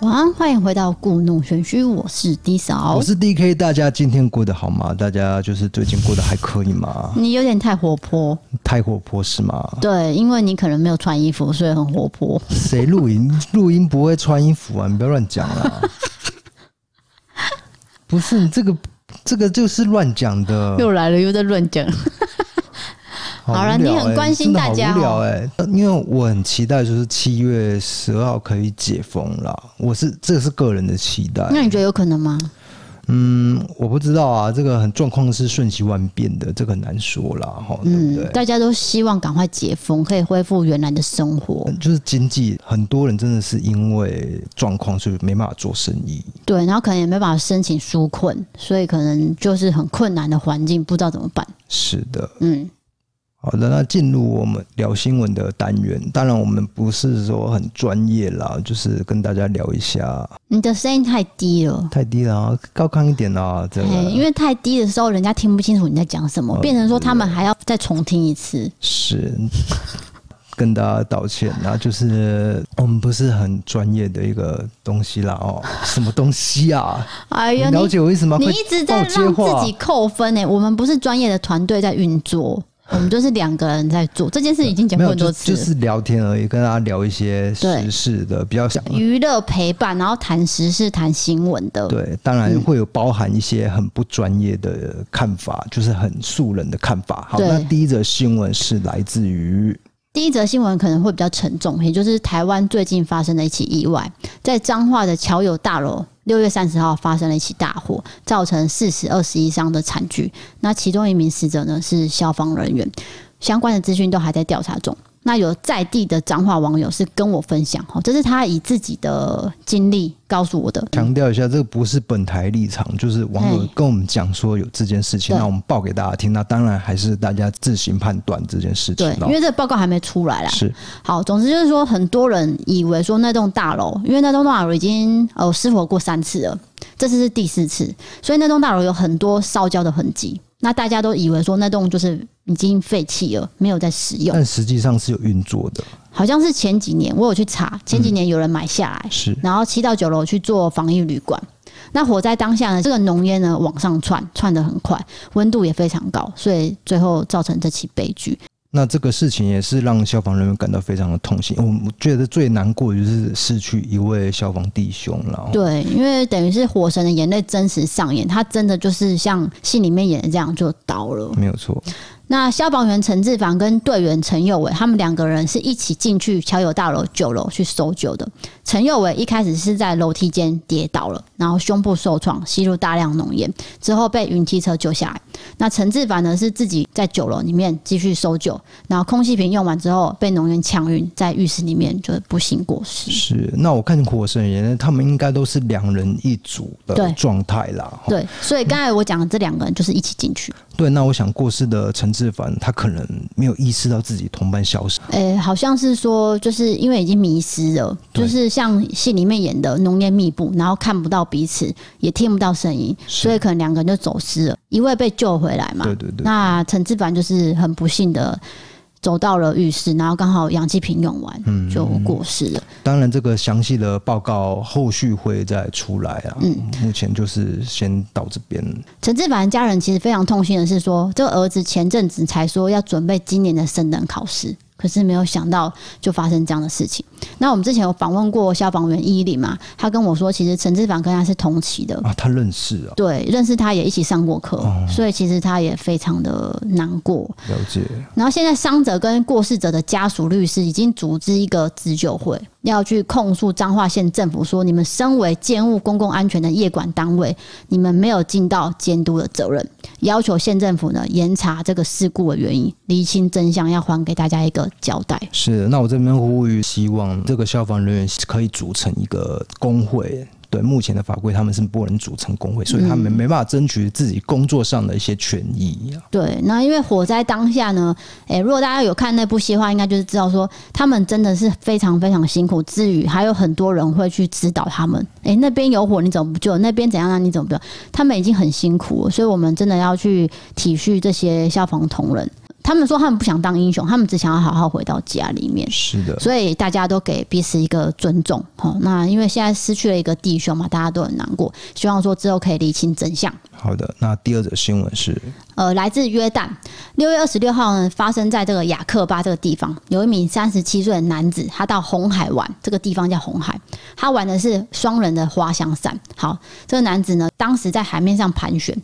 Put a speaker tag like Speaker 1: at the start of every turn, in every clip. Speaker 1: 安，欢迎回到故弄玄虚，我是 D 嫂
Speaker 2: 我。是 D K，大家今天过得好吗？大家就是最近过得还可以吗？
Speaker 1: 你有点太活泼，
Speaker 2: 太活泼是吗？
Speaker 1: 对，因为你可能没有穿衣服，所以很活泼。
Speaker 2: 谁录 音？录音不会穿衣服啊！你不要乱讲啦。不是你这个，这个就是乱讲的。
Speaker 1: 又来了，又在乱讲。
Speaker 2: 哎
Speaker 1: 好了
Speaker 2: 无聊
Speaker 1: 你很
Speaker 2: 欸
Speaker 1: 关心
Speaker 2: 真的
Speaker 1: 大家
Speaker 2: 好无聊
Speaker 1: 哦
Speaker 2: 哎、因为我很期待，就是七月十二号可以解封啦。我是这个是个人的期待。
Speaker 1: 那你觉得有可能吗？
Speaker 2: 嗯，我不知道啊，这个很状况是瞬息万变的，这个很难说啦，哈，对不对？
Speaker 1: 嗯，大家都希望赶快解封，可以恢复原来的生活。
Speaker 2: 就是经济，很多人真的是因为状况，所以没办法做生意。
Speaker 1: 对，然后可能也没办法申请纾困，所以可能就是很困难的环境，不知道怎么办。
Speaker 2: 是的，
Speaker 1: 嗯，
Speaker 2: 好的，那进入我们聊新闻的单元，当然我们不是说很专业啦，就是跟大家聊一下，
Speaker 1: 你的声音太低了。
Speaker 2: 太低了、啊，高亢一点啊，这
Speaker 1: 哎，
Speaker 2: 个
Speaker 1: 因为太低的时候，人家听不清楚你在讲什
Speaker 2: 哦
Speaker 1: 么，变成说他们还要再重听一次。
Speaker 2: 是。跟大家道歉啊，就是我们不是很专业的一个东西啦哦，什么东西啊？
Speaker 1: 哎
Speaker 2: 你
Speaker 1: 呀，
Speaker 2: 了
Speaker 1: 你
Speaker 2: 解我意思吗？
Speaker 1: 你
Speaker 2: 快
Speaker 1: 一直在
Speaker 2: 帮我接
Speaker 1: 让
Speaker 2: 话
Speaker 1: 自己扣分呢、我们不是专业的团队在运作，我们就是两个人在做这件事，已经讲
Speaker 2: 没
Speaker 1: 过
Speaker 2: 有
Speaker 1: 很多
Speaker 2: 就
Speaker 1: 次
Speaker 2: 就
Speaker 1: 了。
Speaker 2: 是聊天而已，跟大家聊一些
Speaker 1: 对
Speaker 2: 时事的，比较像
Speaker 1: 娱乐陪伴，然后谈时事、谈新闻的，
Speaker 2: 对，当
Speaker 1: 嗯
Speaker 2: 然会有包含一些很不专业的看法，就是很素人的看法。好，
Speaker 1: 对嗯
Speaker 2: 那第一则新闻是来自于
Speaker 1: 第一则新闻可能会比较沉重，也就是台湾最近发生的一起意外，在彰化的侨友大楼，六月三十号发生了一起大火，造成四死二十一伤的惨剧。那其中一名死者呢是消防人员，相关的资讯都还在调查中。那有在地的彰化网友是跟我分享，哦，这是他以自己的经历告诉我的。
Speaker 2: 强调一下，这个不是本台立场，就是网友
Speaker 1: 哎
Speaker 2: 跟我们讲说有这件事情，
Speaker 1: 对
Speaker 2: 那我们报给大家听。那当然还是大家自行判断这件事情
Speaker 1: 对，
Speaker 2: 咯。
Speaker 1: 因为这个报告还没出来啦。
Speaker 2: 是
Speaker 1: 好，总之就是说，很多人以为说那栋大楼，因为那栋大楼已经呃失火过三次了，这次是第四次，所以那栋大楼有很多烧焦的痕迹。那大家都以为说那栋就是已经废弃了，没有在使用，
Speaker 2: 但实际上是有运作的，
Speaker 1: 好像是前几年我有去查，前几年有人买下来，
Speaker 2: 是
Speaker 1: 然后七到九楼去做防疫旅馆。那火灾当下呢，这个浓烟呢往上窜，窜得很快，温度也非常高，所以最后造成这起悲剧。
Speaker 2: 那这个事情也是让消防人员感到非常的痛心。我我觉得最难过的就是失去一位消防弟兄了。哦
Speaker 1: 对，因为等于是火神的眼泪真实上演，他真的就是像戏里面演的这样就倒了。
Speaker 2: 没有错，
Speaker 1: 那消防员陈志凡跟队员陈佑伟，他们两个人是一起进去侨友大楼九楼去搜救的。陈佑伟一开始是在楼梯间跌倒了，然后胸部受创，吸入大量浓烟，之后被云梯车救下来。那陈志凡呢是自己在九楼里面继续搜救，然后空气瓶用完之后被浓烟呛晕，在浴室里面就不幸过世。
Speaker 2: 是。那我看火神爷呢，他们应该都是两人一组
Speaker 1: 对
Speaker 2: 的状态啦。齁
Speaker 1: 对，所以刚才我讲的这两个人就是一起进去。
Speaker 2: 对，那我想过世的陈志凡，他可能没有意识到自己同伴消失。
Speaker 1: 诶、呃好像是说，就是因为已经迷失了，
Speaker 2: 对
Speaker 1: 就是像戏里面演的浓烟密布，然后看不到彼此，也听不到声音，
Speaker 2: 是
Speaker 1: 所以可能两个人就走失了。一位被救回来嘛，
Speaker 2: 对对对
Speaker 1: 那陈志凡就是很不幸的走到了浴室，然后刚好氧气瓶用完，
Speaker 2: 嗯
Speaker 1: 就过世了。
Speaker 2: 当然，这个详细的报告后续会再出来啊。
Speaker 1: 嗯
Speaker 2: 目前就是先到这边。
Speaker 1: 陈志凡家人其实非常痛心的是说，这个儿子前阵子才说要准备今年的升等考试，可是没有想到就发生这样的事情。那我们之前有访问过消防员伊林嘛，他跟我说，其实陈志凡跟他是同期的，
Speaker 2: 啊，他认识啊，
Speaker 1: 对，认识他也一起上过课，所以其实他也非常的难过。
Speaker 2: 了解。
Speaker 1: 然后现在伤者跟过世者的家属律师已经组织一个自救会，要去控诉彰化县政府说，你们身为监务公共安全的业管单位，你们没有尽到监督的责任，要求县政府呢严查这个事故的原因，厘清真相，要还给大家一个交代。
Speaker 2: 是的，那我这边呼吁，希望这个消防人员可以组成一个工会。对目前的法规，他们是不能组成工会，所以他
Speaker 1: 嗯
Speaker 2: 们没办法争取自己工作上的一些权益啊。
Speaker 1: 对，那因为火灾当下呢，诶、如果大家有看那部戏的话，应该就是知道说他们真的是非常非常辛苦。之余，还有很多人会去指导他们。诶、那边有火你怎么不救？那边怎样啊？你怎么不救？他们已经很辛苦了，所以我们真的要去体恤这些消防同仁。他们说他们不想当英雄，他们只想要好好回到家里面。
Speaker 2: 是的，
Speaker 1: 所以大家都给彼此一个尊重，哦，那因为现在失去了一个弟兄嘛，大家都很难过，希望说之后可以理清真相。
Speaker 2: 好的。那第二则新闻是，
Speaker 1: 呃，来自约旦，六月二十六号呢，发生在这个雅克巴这个地方，有一名三十七岁的男子，他到红海玩，这个地方叫红海，他玩的是双人的滑翔伞。好，这个男子呢，当时在海面上盘旋。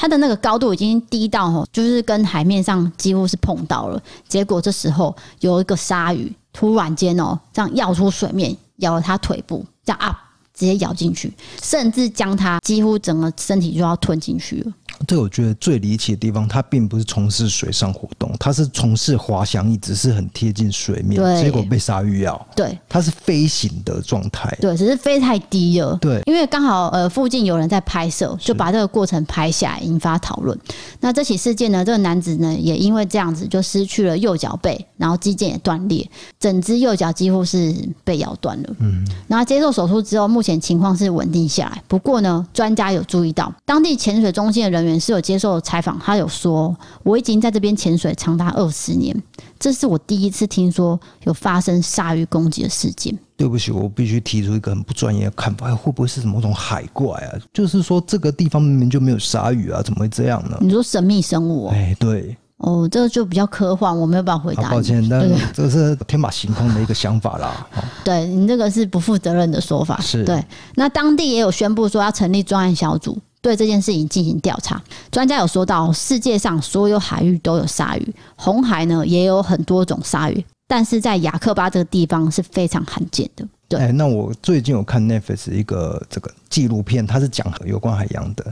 Speaker 1: 他的那个高度已经低到哦，就是跟海面上几乎是碰到了。结果这时候有一个鲨鱼突然间哦，这样跃出水面，咬了他腿部，这样啊，直接咬进去，甚至将他几乎整个身体就要吞进去了。
Speaker 2: 这个我觉得最离奇的地方，它并不是从事水上活动，它是从事滑翔翼，只是很贴近水面，
Speaker 1: 对
Speaker 2: 结果被鲨鱼咬，
Speaker 1: 对，
Speaker 2: 它是飞行的状态。
Speaker 1: 对，只是飞太低了。
Speaker 2: 对
Speaker 1: 因为刚好呃附近有人在拍摄，就把这个过程拍下来，引发讨论。那这起事件呢，这个男子呢也因为这样子就失去了右脚背，然后肌腱也断裂，整只右脚几乎是被咬断了。嗯，然后接受手术之后，目前情况是稳定下来。不过呢，专家有注意到，当地潜水中心的人员是有接受采访，他有说，我已经在这边潜水长达二十年，这是我第一次听说有发生鲨鱼攻击的事件。
Speaker 2: 对不起，我必须提出一个很不专业的看法，哎会不会是某种海怪啊？就是说这个地方明明就没有鲨鱼啊，怎么会这样呢？
Speaker 1: 你说神秘生物哦、
Speaker 2: 哎，对，
Speaker 1: 哦，这个就比较科幻，我没有办法回
Speaker 2: 好
Speaker 1: 答
Speaker 2: 抱
Speaker 1: 你。
Speaker 2: 歉，但
Speaker 1: 对
Speaker 2: 这是天马行空的一个想法啦。哦
Speaker 1: 对你这个是不负责任的说法。
Speaker 2: 是
Speaker 1: 对。那当地也有宣布说要成立专案小组，对这件事情进行调查。专家有说到，世界上所有海域都有鲨鱼，红海呢也有很多种鲨鱼，但是在雅克巴这个地方是非常罕见的。对
Speaker 2: 哎、那我最近有看 Netflix 一个这个纪录片，它是讲有关海洋的。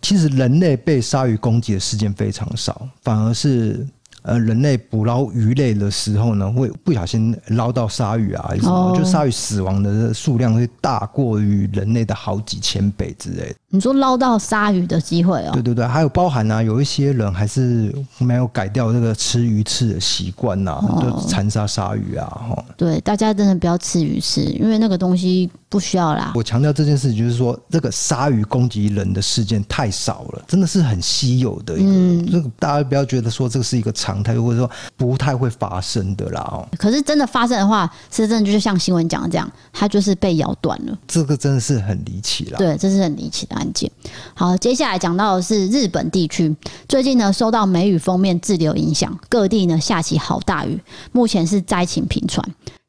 Speaker 2: 其实人类被鲨鱼攻击的事件非常少，反而是呃人类捕捞鱼类的时候呢，会不小心捞到鲨鱼啊，还是什么，
Speaker 1: 哦
Speaker 2: 就鲨鱼死亡的数量会大过于人类的好几千倍之类的。
Speaker 1: 你说捞到鲨鱼的机会哦、
Speaker 2: 对对对，还有包含啊，有一些人还是没有改掉这个吃鱼翅的习惯呐，
Speaker 1: 哦
Speaker 2: 就残杀鲨鱼啊，哈。
Speaker 1: 对，大家真的不要吃鱼吃，因为那个东西不需要啦。
Speaker 2: 我强调这件事情，就是说这个鲨鱼攻击人的事件太少了，真的是很稀有的一个。
Speaker 1: 嗯
Speaker 2: 这个大家不要觉得说这个是一个常态，或者说不太会发生的啦哦。
Speaker 1: 可是真的发生的话，是真的就像新闻讲的这样，它就是被咬断了。
Speaker 2: 这个真的是很离奇啦。
Speaker 1: 对，这是很离奇的案件。好，接下来讲到的是日本地区，最近呢受到梅雨封面滞留影响，各地呢下起好大雨，目前是灾情频传。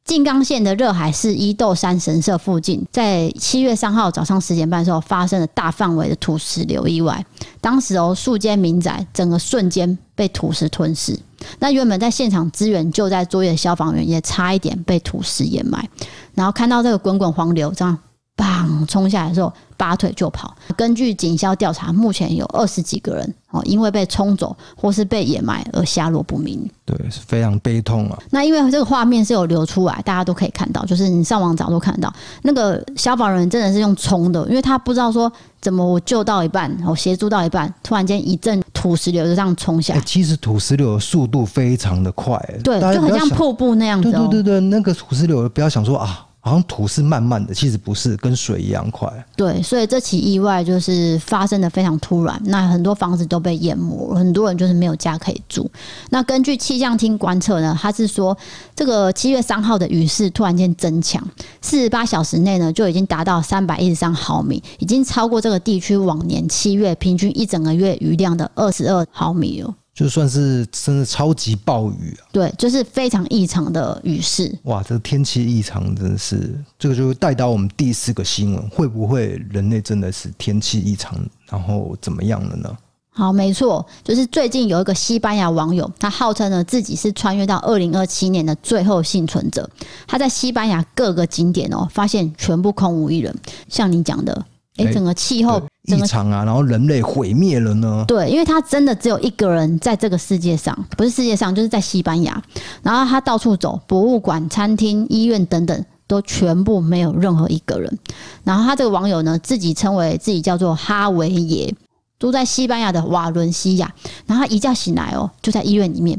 Speaker 1: 静冈县的热海市伊豆山神社附近，在七月三号早上十点半的时候，发生了大范围的土石流意外。当时哦，数间民宅整个瞬间被土石吞噬。那原本在现场支援救灾作业的消防员也差一点被土石掩埋，然后看到这个滚滚黄流这样砰冲下来的时候，拔腿就跑。根据警消调查，目前有二十几个人哦，因为被冲走或是被掩埋而下落不明。
Speaker 2: 对，是非常悲痛啊。
Speaker 1: 那因为这个画面是有流出来，大家都可以看到，就是你上网找都看得到。那个消防人真的是用冲的，因为他不知道说怎么我救到一半，我协助到一半，突然间一阵土石流就这样冲下
Speaker 2: 哎、
Speaker 1: 来，
Speaker 2: 其实土石流的速度非常的快、哎
Speaker 1: 对，
Speaker 2: 大家
Speaker 1: 就
Speaker 2: 不
Speaker 1: 很
Speaker 2: 要
Speaker 1: 像
Speaker 2: 想
Speaker 1: 瀑布那样
Speaker 2: 对
Speaker 1: 子、哦
Speaker 2: 对对对，那个土石流不要想说啊，好像土是慢慢的，其实不是，跟水一样快。
Speaker 1: 对，所以这起意外就是发生的非常突然，那很多房子都被淹没了，很多人就是没有家可以住。那根据气象厅观测呢，他是说这个七月三号的雨势突然间增强，四十八小时内呢就已经达到三百一十三毫米，已经超过这个地区往年七月平均一整个月雨量的二十二毫米了。
Speaker 2: 就算是真的超级暴雨啊，
Speaker 1: 对，就是非常异常的雨势。
Speaker 2: 哇，这个天气异常真的是，这个就会带到我们第四个新闻，会不会人类真的是天气异常，然后怎么样了呢？
Speaker 1: 好，没错，就是最近有一个西班牙网友，他号称呢自己是穿越到二零二七年的最后幸存者。他在西班牙各个景点哦，发现全部空无一人。像你讲的，诶，
Speaker 2: 诶
Speaker 1: 整个气候，
Speaker 2: 对
Speaker 1: 整
Speaker 2: 异
Speaker 1: 个
Speaker 2: 常啊，然后人类毁灭了呢？
Speaker 1: 哦对，因为他真的只有一个人在这个世界上，不是世界上，就是在西班牙。然后他到处走，博物馆、餐厅、医院等等，都全部没有任何一个人。然后他这个网友呢，自己称为自己叫做哈维耶，住在西班牙的瓦伦西亚。然后他一觉醒来哦，就在医院里面。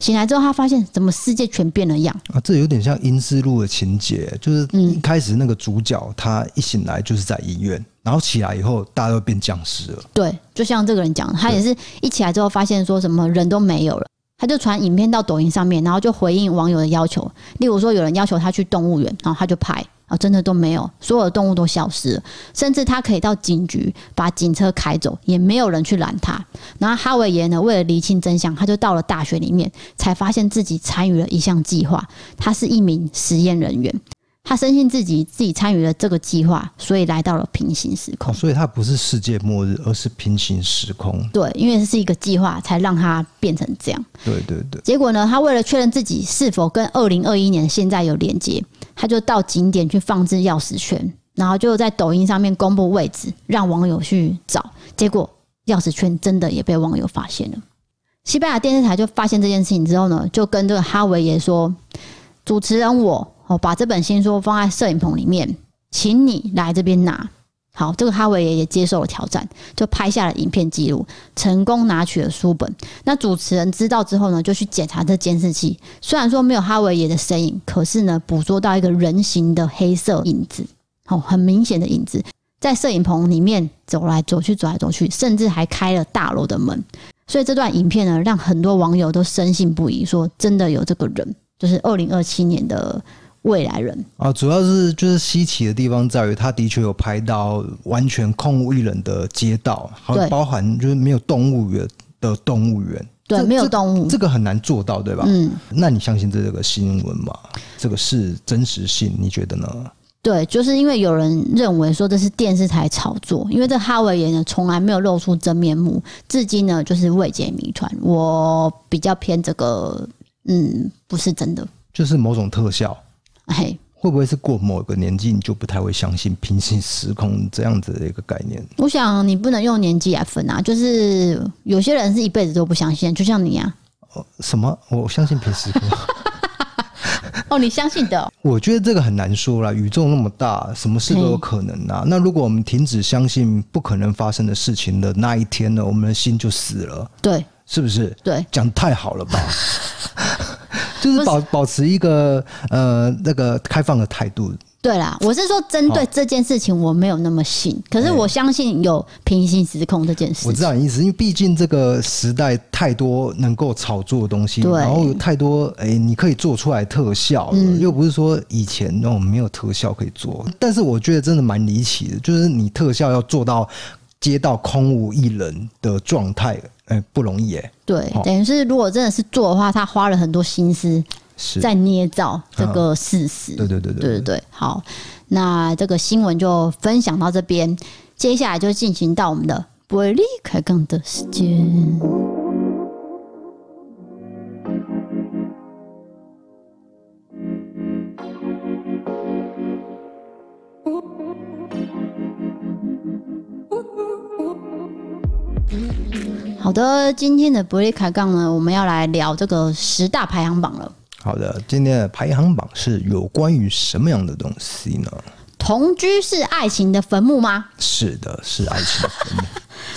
Speaker 1: 醒来之后，他发现怎么世界全变了样。
Speaker 2: 啊，这有点像《阴尸路》的情节，就是一开始那个主角他一醒来就是在医院，然后起来以后大家都变僵尸了，
Speaker 1: 对，就像这个人讲的，他也是一起来之后发现说什么人都没有了，他他就传影片到抖音上面，然后就回应网友的要求，例如说有人要求他去动物园，然后他就拍。啊、哦，真的都没有，所有的动物都消失了，甚至他可以到警局把警车开走，也没有人去拦他。然后哈维爷呢，为了厘清真相，他就到了大学里面，才发现自己参与了一项计划，他是一名实验人员。他深信自己自己参与了这个计划，所以来到了平行时空。
Speaker 2: 哦所以它不是世界末日，而是平行时空。
Speaker 1: 对，因为是一个计划，才让他变成这样。
Speaker 2: 对对对，
Speaker 1: 结果呢，他为了确认自己是否跟二零二一年现在有连接，他就到景点去放置钥匙圈，然后就在抖音上面公布位置，让网友去找。结果钥匙圈真的也被网友发现了。西班牙电视台就发现这件事情之后呢，就跟这个哈维爷说：“主持人我，哦，把这本新书放在摄影棚里面，请你来这边拿。”好，这个哈维爷也接受了挑战，就拍下了影片记录，成功拿取了书本。那主持人知道之后呢，就去检查这监视器。虽然说没有哈维爷的身影，可是呢，捕捉到一个人形的黑色影子，哦，很明显的影子，在摄影棚里面走来走去，走来走去，甚至还开了大楼的门。所以这段影片呢，让很多网友都深信不疑，说真的有这个人，就是二零二七年的未来人。
Speaker 2: 啊，主要是就是稀奇的地方在于，它的确有拍到完全空无一人的街道，还有
Speaker 1: 对
Speaker 2: 包含就是没有动物园的动物园。
Speaker 1: 对，
Speaker 2: 这
Speaker 1: 没有
Speaker 2: 这
Speaker 1: 动物。
Speaker 2: 这个很难做到，对吧？
Speaker 1: 嗯，
Speaker 2: 那你相信这个新闻吗？这个是真实性，你觉得呢？
Speaker 1: 对，就是因为有人认为说这是电视台炒作，因为这哈维爷呢从来没有露出真面目，至今呢就是未解谜团。我比较偏这个，嗯，不是真的。
Speaker 2: 就是某种特效，
Speaker 1: 嘿，
Speaker 2: 会不会是过某个年纪你就不太会相信平行时空这样子的一个概念？
Speaker 1: 我想你不能用年纪来分啊，就是有些人是一辈子都不相信，就像你啊。
Speaker 2: 什么？我相信平行时空。
Speaker 1: 哦，你相信的哦、
Speaker 2: 我觉得这个很难说啦，宇宙那么大，什么事都有可能啊。那如果我们停止相信不可能发生的事情的那一天呢，我们的心就死了，
Speaker 1: 对
Speaker 2: 是不是？
Speaker 1: 对，
Speaker 2: 讲得太好了吧？就是保保持一个呃那个开放的态度，
Speaker 1: 对啦，我是说针对
Speaker 2: 好
Speaker 1: 这件事情，我没有那么信，可是我相信有平行时空这件事
Speaker 2: 我知
Speaker 1: 情。
Speaker 2: 道你意思，因为毕竟这个时代太多能够炒作的东西，
Speaker 1: 对嗯
Speaker 2: 然后有太多哎、你可以做出来特效了，又不是说以前那种没有特效可以做。但是我觉得真的蛮离奇的，就是你特效要做到街道空无一人的状态，哎、不容易哎、
Speaker 1: 对
Speaker 2: 好，
Speaker 1: 等于是如果真的是做的话，他花了很多心思，
Speaker 2: 是，嗯
Speaker 1: 在捏造这个事实。
Speaker 2: 对对对
Speaker 1: 对对
Speaker 2: 对，
Speaker 1: 对，好，那这个新闻就分享到这边，接下来就进行到我们的不会离开杠的时间。好的，今天的不会离开杠呢，我们要来聊这个十大排行榜了。
Speaker 2: 好的，今天的排行榜是有关于什么样的东西呢？
Speaker 1: 同居是爱情的坟墓吗？
Speaker 2: 是的，是爱情的 坟墓。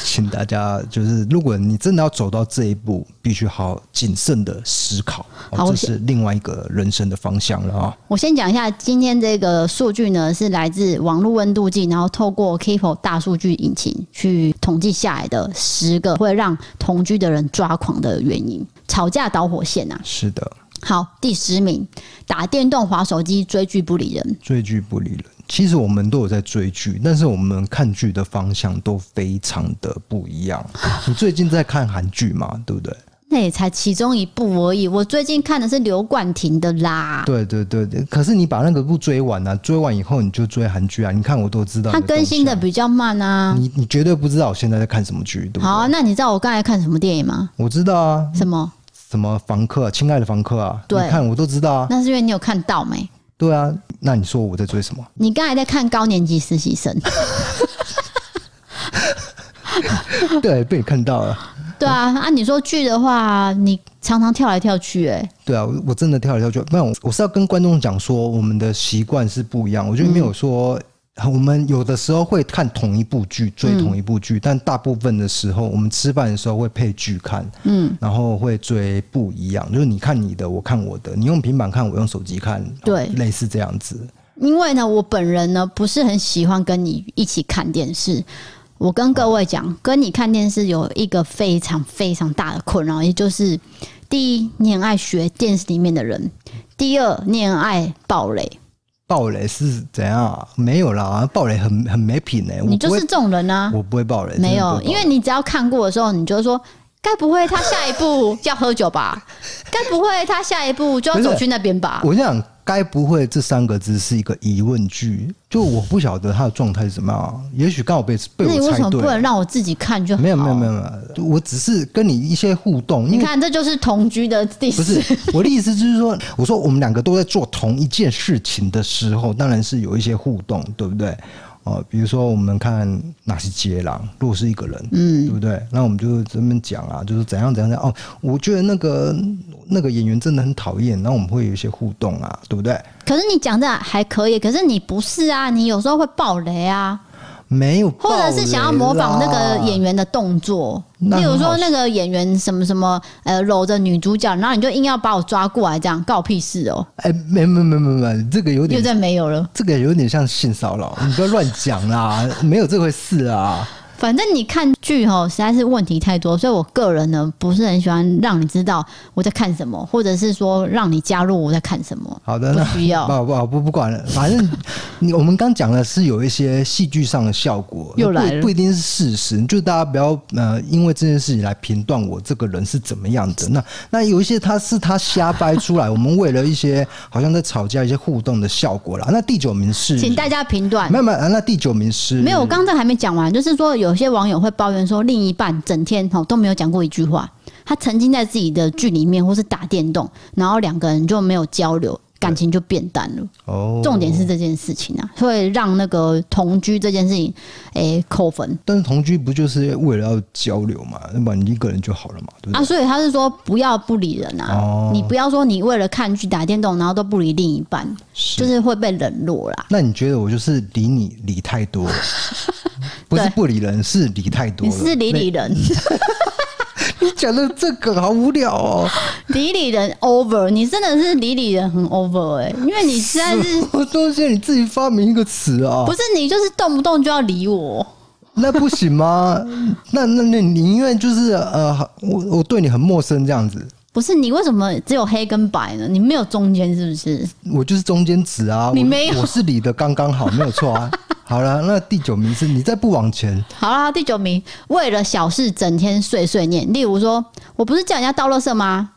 Speaker 2: 请大家就是，如果你真的要走到这一步，必须好好谨慎的思考，
Speaker 1: 好
Speaker 2: 哦、
Speaker 1: 我
Speaker 2: 这是另外一个人生的方向了啊、
Speaker 1: 我先讲一下今天这个数据呢，是来自网络温度计，然后透过 Keepo 大数据引擎去统计下来的十个会让同居的人抓狂的原因，吵架导火线啊。
Speaker 2: 是的，
Speaker 1: 好，第十名，打电动、划手机、追剧不理人。
Speaker 2: 追剧不理人。其实我们都有在追剧，但是我们看剧的方向都非常的不 一样。你最近在看韩剧嘛？对不对？
Speaker 1: 那也才其中一部而已。我最近看的是刘冠廷的啦，
Speaker 2: 对对对对。可是你把那个不追完啊，追完以后你就追韩剧啊。你看我都知道
Speaker 1: 他
Speaker 2: 你动
Speaker 1: 更新的
Speaker 2: 向
Speaker 1: 比较慢啊。
Speaker 2: 你你绝对不知道我现在在看什么剧，嗯对不对？
Speaker 1: 好啊，那你知道我刚才看什么电影吗？
Speaker 2: 我知道啊，
Speaker 1: 什么？
Speaker 2: 什么房客、啊，亲爱的房客啊，
Speaker 1: 对
Speaker 2: 你看我都知道啊，
Speaker 1: 那是因为你有看到没？
Speaker 2: 对啊，那你说我在追什 么？
Speaker 1: 你刚才在看高年级实习生，
Speaker 2: 对，被你看到了，
Speaker 1: 对啊，按你说剧的话，你常常跳来跳去、哎，
Speaker 2: 对啊，我我真的跳来跳去，不然我我是要跟观众讲说，我们的习惯是不一样，我觉得没有说。我们有的时候会看同一部剧，追
Speaker 1: 嗯
Speaker 2: 同一部剧，但大部分的时候，我们吃饭的时候会配剧看，
Speaker 1: 嗯，
Speaker 2: 然后会追不一样，就是你看你的，我看我的，你用平板看，我用手机看，
Speaker 1: 对
Speaker 2: 类似这样子。
Speaker 1: 因为呢，我本人呢不是很喜欢跟你一起看电视。我跟各位讲，跟你看电视有一个非常非常大的困扰，也就是第一，你很爱学电视里面的人；第二，你很爱暴雷。
Speaker 2: 暴雷是怎样啊？没有啦，暴雷很很没品哎、我
Speaker 1: 你
Speaker 2: 不
Speaker 1: 就
Speaker 2: 会
Speaker 1: 是这种人啊，
Speaker 2: 我不会暴雷，
Speaker 1: 没
Speaker 2: 真
Speaker 1: 有，
Speaker 2: 的不会爆雷
Speaker 1: 因为你只要看过的时候，你就说。该不会他下一步要喝酒 吧？该不会他下一步就要
Speaker 2: 不是
Speaker 1: 走去那边吧？
Speaker 2: 我想，该不会这三个字是一个疑问句？就我不晓得他的状态是怎么样啊，也许刚好被被
Speaker 1: 那你
Speaker 2: 我
Speaker 1: 为什
Speaker 2: 猜
Speaker 1: 么
Speaker 2: 对
Speaker 1: 不能哦
Speaker 2: 了。
Speaker 1: 让我自己看就好？
Speaker 2: 没有没有没有，没有，我只是跟你一些互动，
Speaker 1: 你
Speaker 2: 因为
Speaker 1: 看这就是同居的第
Speaker 2: 不
Speaker 1: 四
Speaker 2: 是我的意思，就是说，我说我们两个都在做同一件事情的时候，当然是有一些互动，对不对？哦，比如说我们看哪些接狼，如果是一个人，嗯，对不对？那我们就这么讲啊，就是怎样怎样怎样哦，我觉得那个那个演员真的很讨厌，那我们会有一些互动啊，对不对？
Speaker 1: 可是你讲的还可以，可是你不是啊，你有时候会爆雷啊，
Speaker 2: 没有，
Speaker 1: 或者是想要模仿那个演
Speaker 2: 员，
Speaker 1: 员的动作，
Speaker 2: 那
Speaker 1: 例如
Speaker 2: 很好
Speaker 1: 说那个演员什么什么呃搂着女主角，然后你就硬要把我抓过来，这样告屁事哦、
Speaker 2: 哎、没没没没没，这个有
Speaker 1: 又
Speaker 2: 点，
Speaker 1: 再没有了。
Speaker 2: 这个有点像性骚扰，你不要乱讲啦，没有这回事啊。
Speaker 1: 反正你看剧吼，实在是问题太多，所以我个人呢不是很喜欢让你知道我在看什么，或者是说让你加入我在看什么。
Speaker 2: 好的，
Speaker 1: 不
Speaker 2: 那
Speaker 1: 需要
Speaker 2: 不不不不管了，反正你我们刚讲的是有一些戏剧上的效果，
Speaker 1: 又来了
Speaker 2: 不不一定是事实，就大家不要呃因为这件事情来评断我这个人是怎么样的。那那有一些他是他瞎掰出来，我们为了一些好像在吵架一些互动的效果啦。那第九名是，
Speaker 1: 请大家评断
Speaker 2: 没。有没有，那第九名是
Speaker 1: 没有，我刚刚这还没讲完，就是说有些网友会抱怨说，另一半整天哦吼都没有讲过一句话，他沉浸在自己的剧里面或是打电动，然后两个人就没有交流，感情就变淡了。
Speaker 2: 哦，
Speaker 1: 重点是这件事情啊，会让那个同居这件事情，诶、扣分
Speaker 2: 但是同居不就是为了要交流嘛？那么你一个人就好了嘛，对不对？
Speaker 1: 啊，所以他是说不要不理人啊，
Speaker 2: 哦
Speaker 1: 你不要说你为了看剧打电动，然后都不理另一半，
Speaker 2: 是
Speaker 1: 就是会被冷落啦。
Speaker 2: 那你觉得我就是理你理太 多了？不是
Speaker 1: 对
Speaker 2: 不理人，是理太多
Speaker 1: 你
Speaker 2: 了。
Speaker 1: 是理理人，
Speaker 2: 你讲的这个好无聊哦，
Speaker 1: 理理人 over，你真的是理理人很 over 哎、因为你实在是
Speaker 2: 我东西你自己发明一个词啊
Speaker 1: 不，是你就是动不动就要理我，
Speaker 2: 那不行吗？ 那那那你宁愿就是呃，我我对你很陌生这样子，
Speaker 1: 不是你为什么只有黑跟白呢？你没有中间是不是？
Speaker 2: 我就是中间值啊。
Speaker 1: 你
Speaker 2: 我
Speaker 1: 没有
Speaker 2: 我是理的刚刚好，没有错啊。好了，那第九名是你再不往前，
Speaker 1: 好啦，第九名，为了小事整天碎碎念，例如说我不是叫人家倒垃圾吗？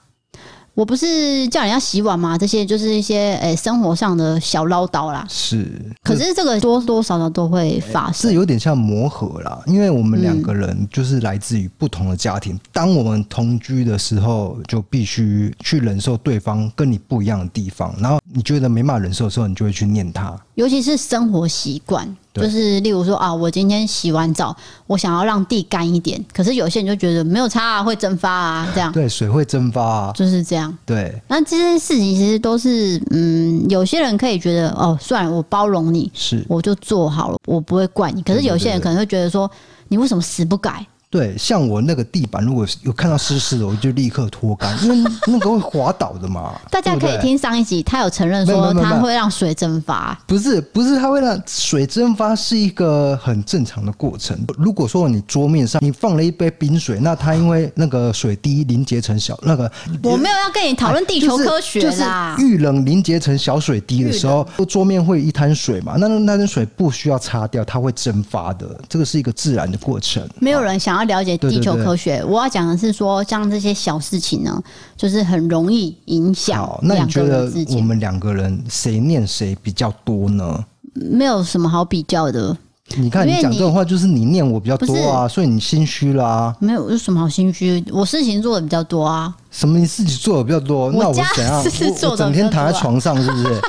Speaker 1: 我不是叫人家洗碗吗？这些就是一些诶、生活上的小唠叨啦。
Speaker 2: 是
Speaker 1: 可是这个多多少少都会发生
Speaker 2: 是。有点像磨合啦，因为我们
Speaker 1: 嗯
Speaker 2: 两个人就是来自于不同的家庭。当我们同居的时候，就必须去忍受对方跟你不一样的地方，然后你觉得没办法忍受的时候，你就会去念他。
Speaker 1: 尤其是生活习惯，
Speaker 2: 对
Speaker 1: 就是例如说啊，我今天洗完澡，我想要让地干一点，可是有些人就觉得没有擦啊，会蒸发啊，这样
Speaker 2: 对，水会蒸发啊，
Speaker 1: 就是这样。
Speaker 2: 对，
Speaker 1: 那这些事情其实都是，嗯，有些人可以觉得哦，算了，我包容你，
Speaker 2: 是
Speaker 1: 我就做好了，我不会怪你。可是有些人可能会觉得说，你为什么死不改？
Speaker 2: 对。像我那个地板，如果有看到湿湿的，我就立刻拖干，因为那个会滑倒的嘛。
Speaker 1: 大家
Speaker 2: 对不
Speaker 1: 可
Speaker 2: 对
Speaker 1: 以。听上一集，他有承认
Speaker 2: 没
Speaker 1: 说
Speaker 2: 有没有没
Speaker 1: 他
Speaker 2: 有
Speaker 1: 会让水蒸发，
Speaker 2: 不是不是，它会让水蒸发是一个很正常的过程。如果说你桌面上你放了一杯冰水，那它因为那个水滴凝结成小那个
Speaker 1: 我没有要跟你讨论地球科学啦。
Speaker 2: 哎就是就是遇冷凝结成小水滴的时候，桌面会一滩水嘛，那那滩水不需要擦掉，它会蒸发的，这个是一个自然的过程。
Speaker 1: 没有人想要了解
Speaker 2: 对对
Speaker 1: 地球
Speaker 2: 对
Speaker 1: 科学。我要讲的是说，像这些小事情呢，就是很容易影响
Speaker 2: 好，那
Speaker 1: 两
Speaker 2: 你觉
Speaker 1: 个
Speaker 2: 得
Speaker 1: 人之
Speaker 2: 我
Speaker 1: 间，
Speaker 2: 们两个人谁念谁比较多呢？
Speaker 1: 没有什么好比较的，
Speaker 2: 你看
Speaker 1: 因
Speaker 2: 你
Speaker 1: 为
Speaker 2: 讲
Speaker 1: 你
Speaker 2: 这种话，就是你念我比较多啊，所以你心虚啦、
Speaker 1: 没有有什么好心虚。我事情做的比较多啊，
Speaker 2: 什么你自己做的比较多？那我
Speaker 1: 家
Speaker 2: 怎样？
Speaker 1: 是
Speaker 2: 我
Speaker 1: 做
Speaker 2: 我
Speaker 1: 得
Speaker 2: 整
Speaker 1: 比较
Speaker 2: 天躺在
Speaker 1: 多啊
Speaker 2: 床上是不 是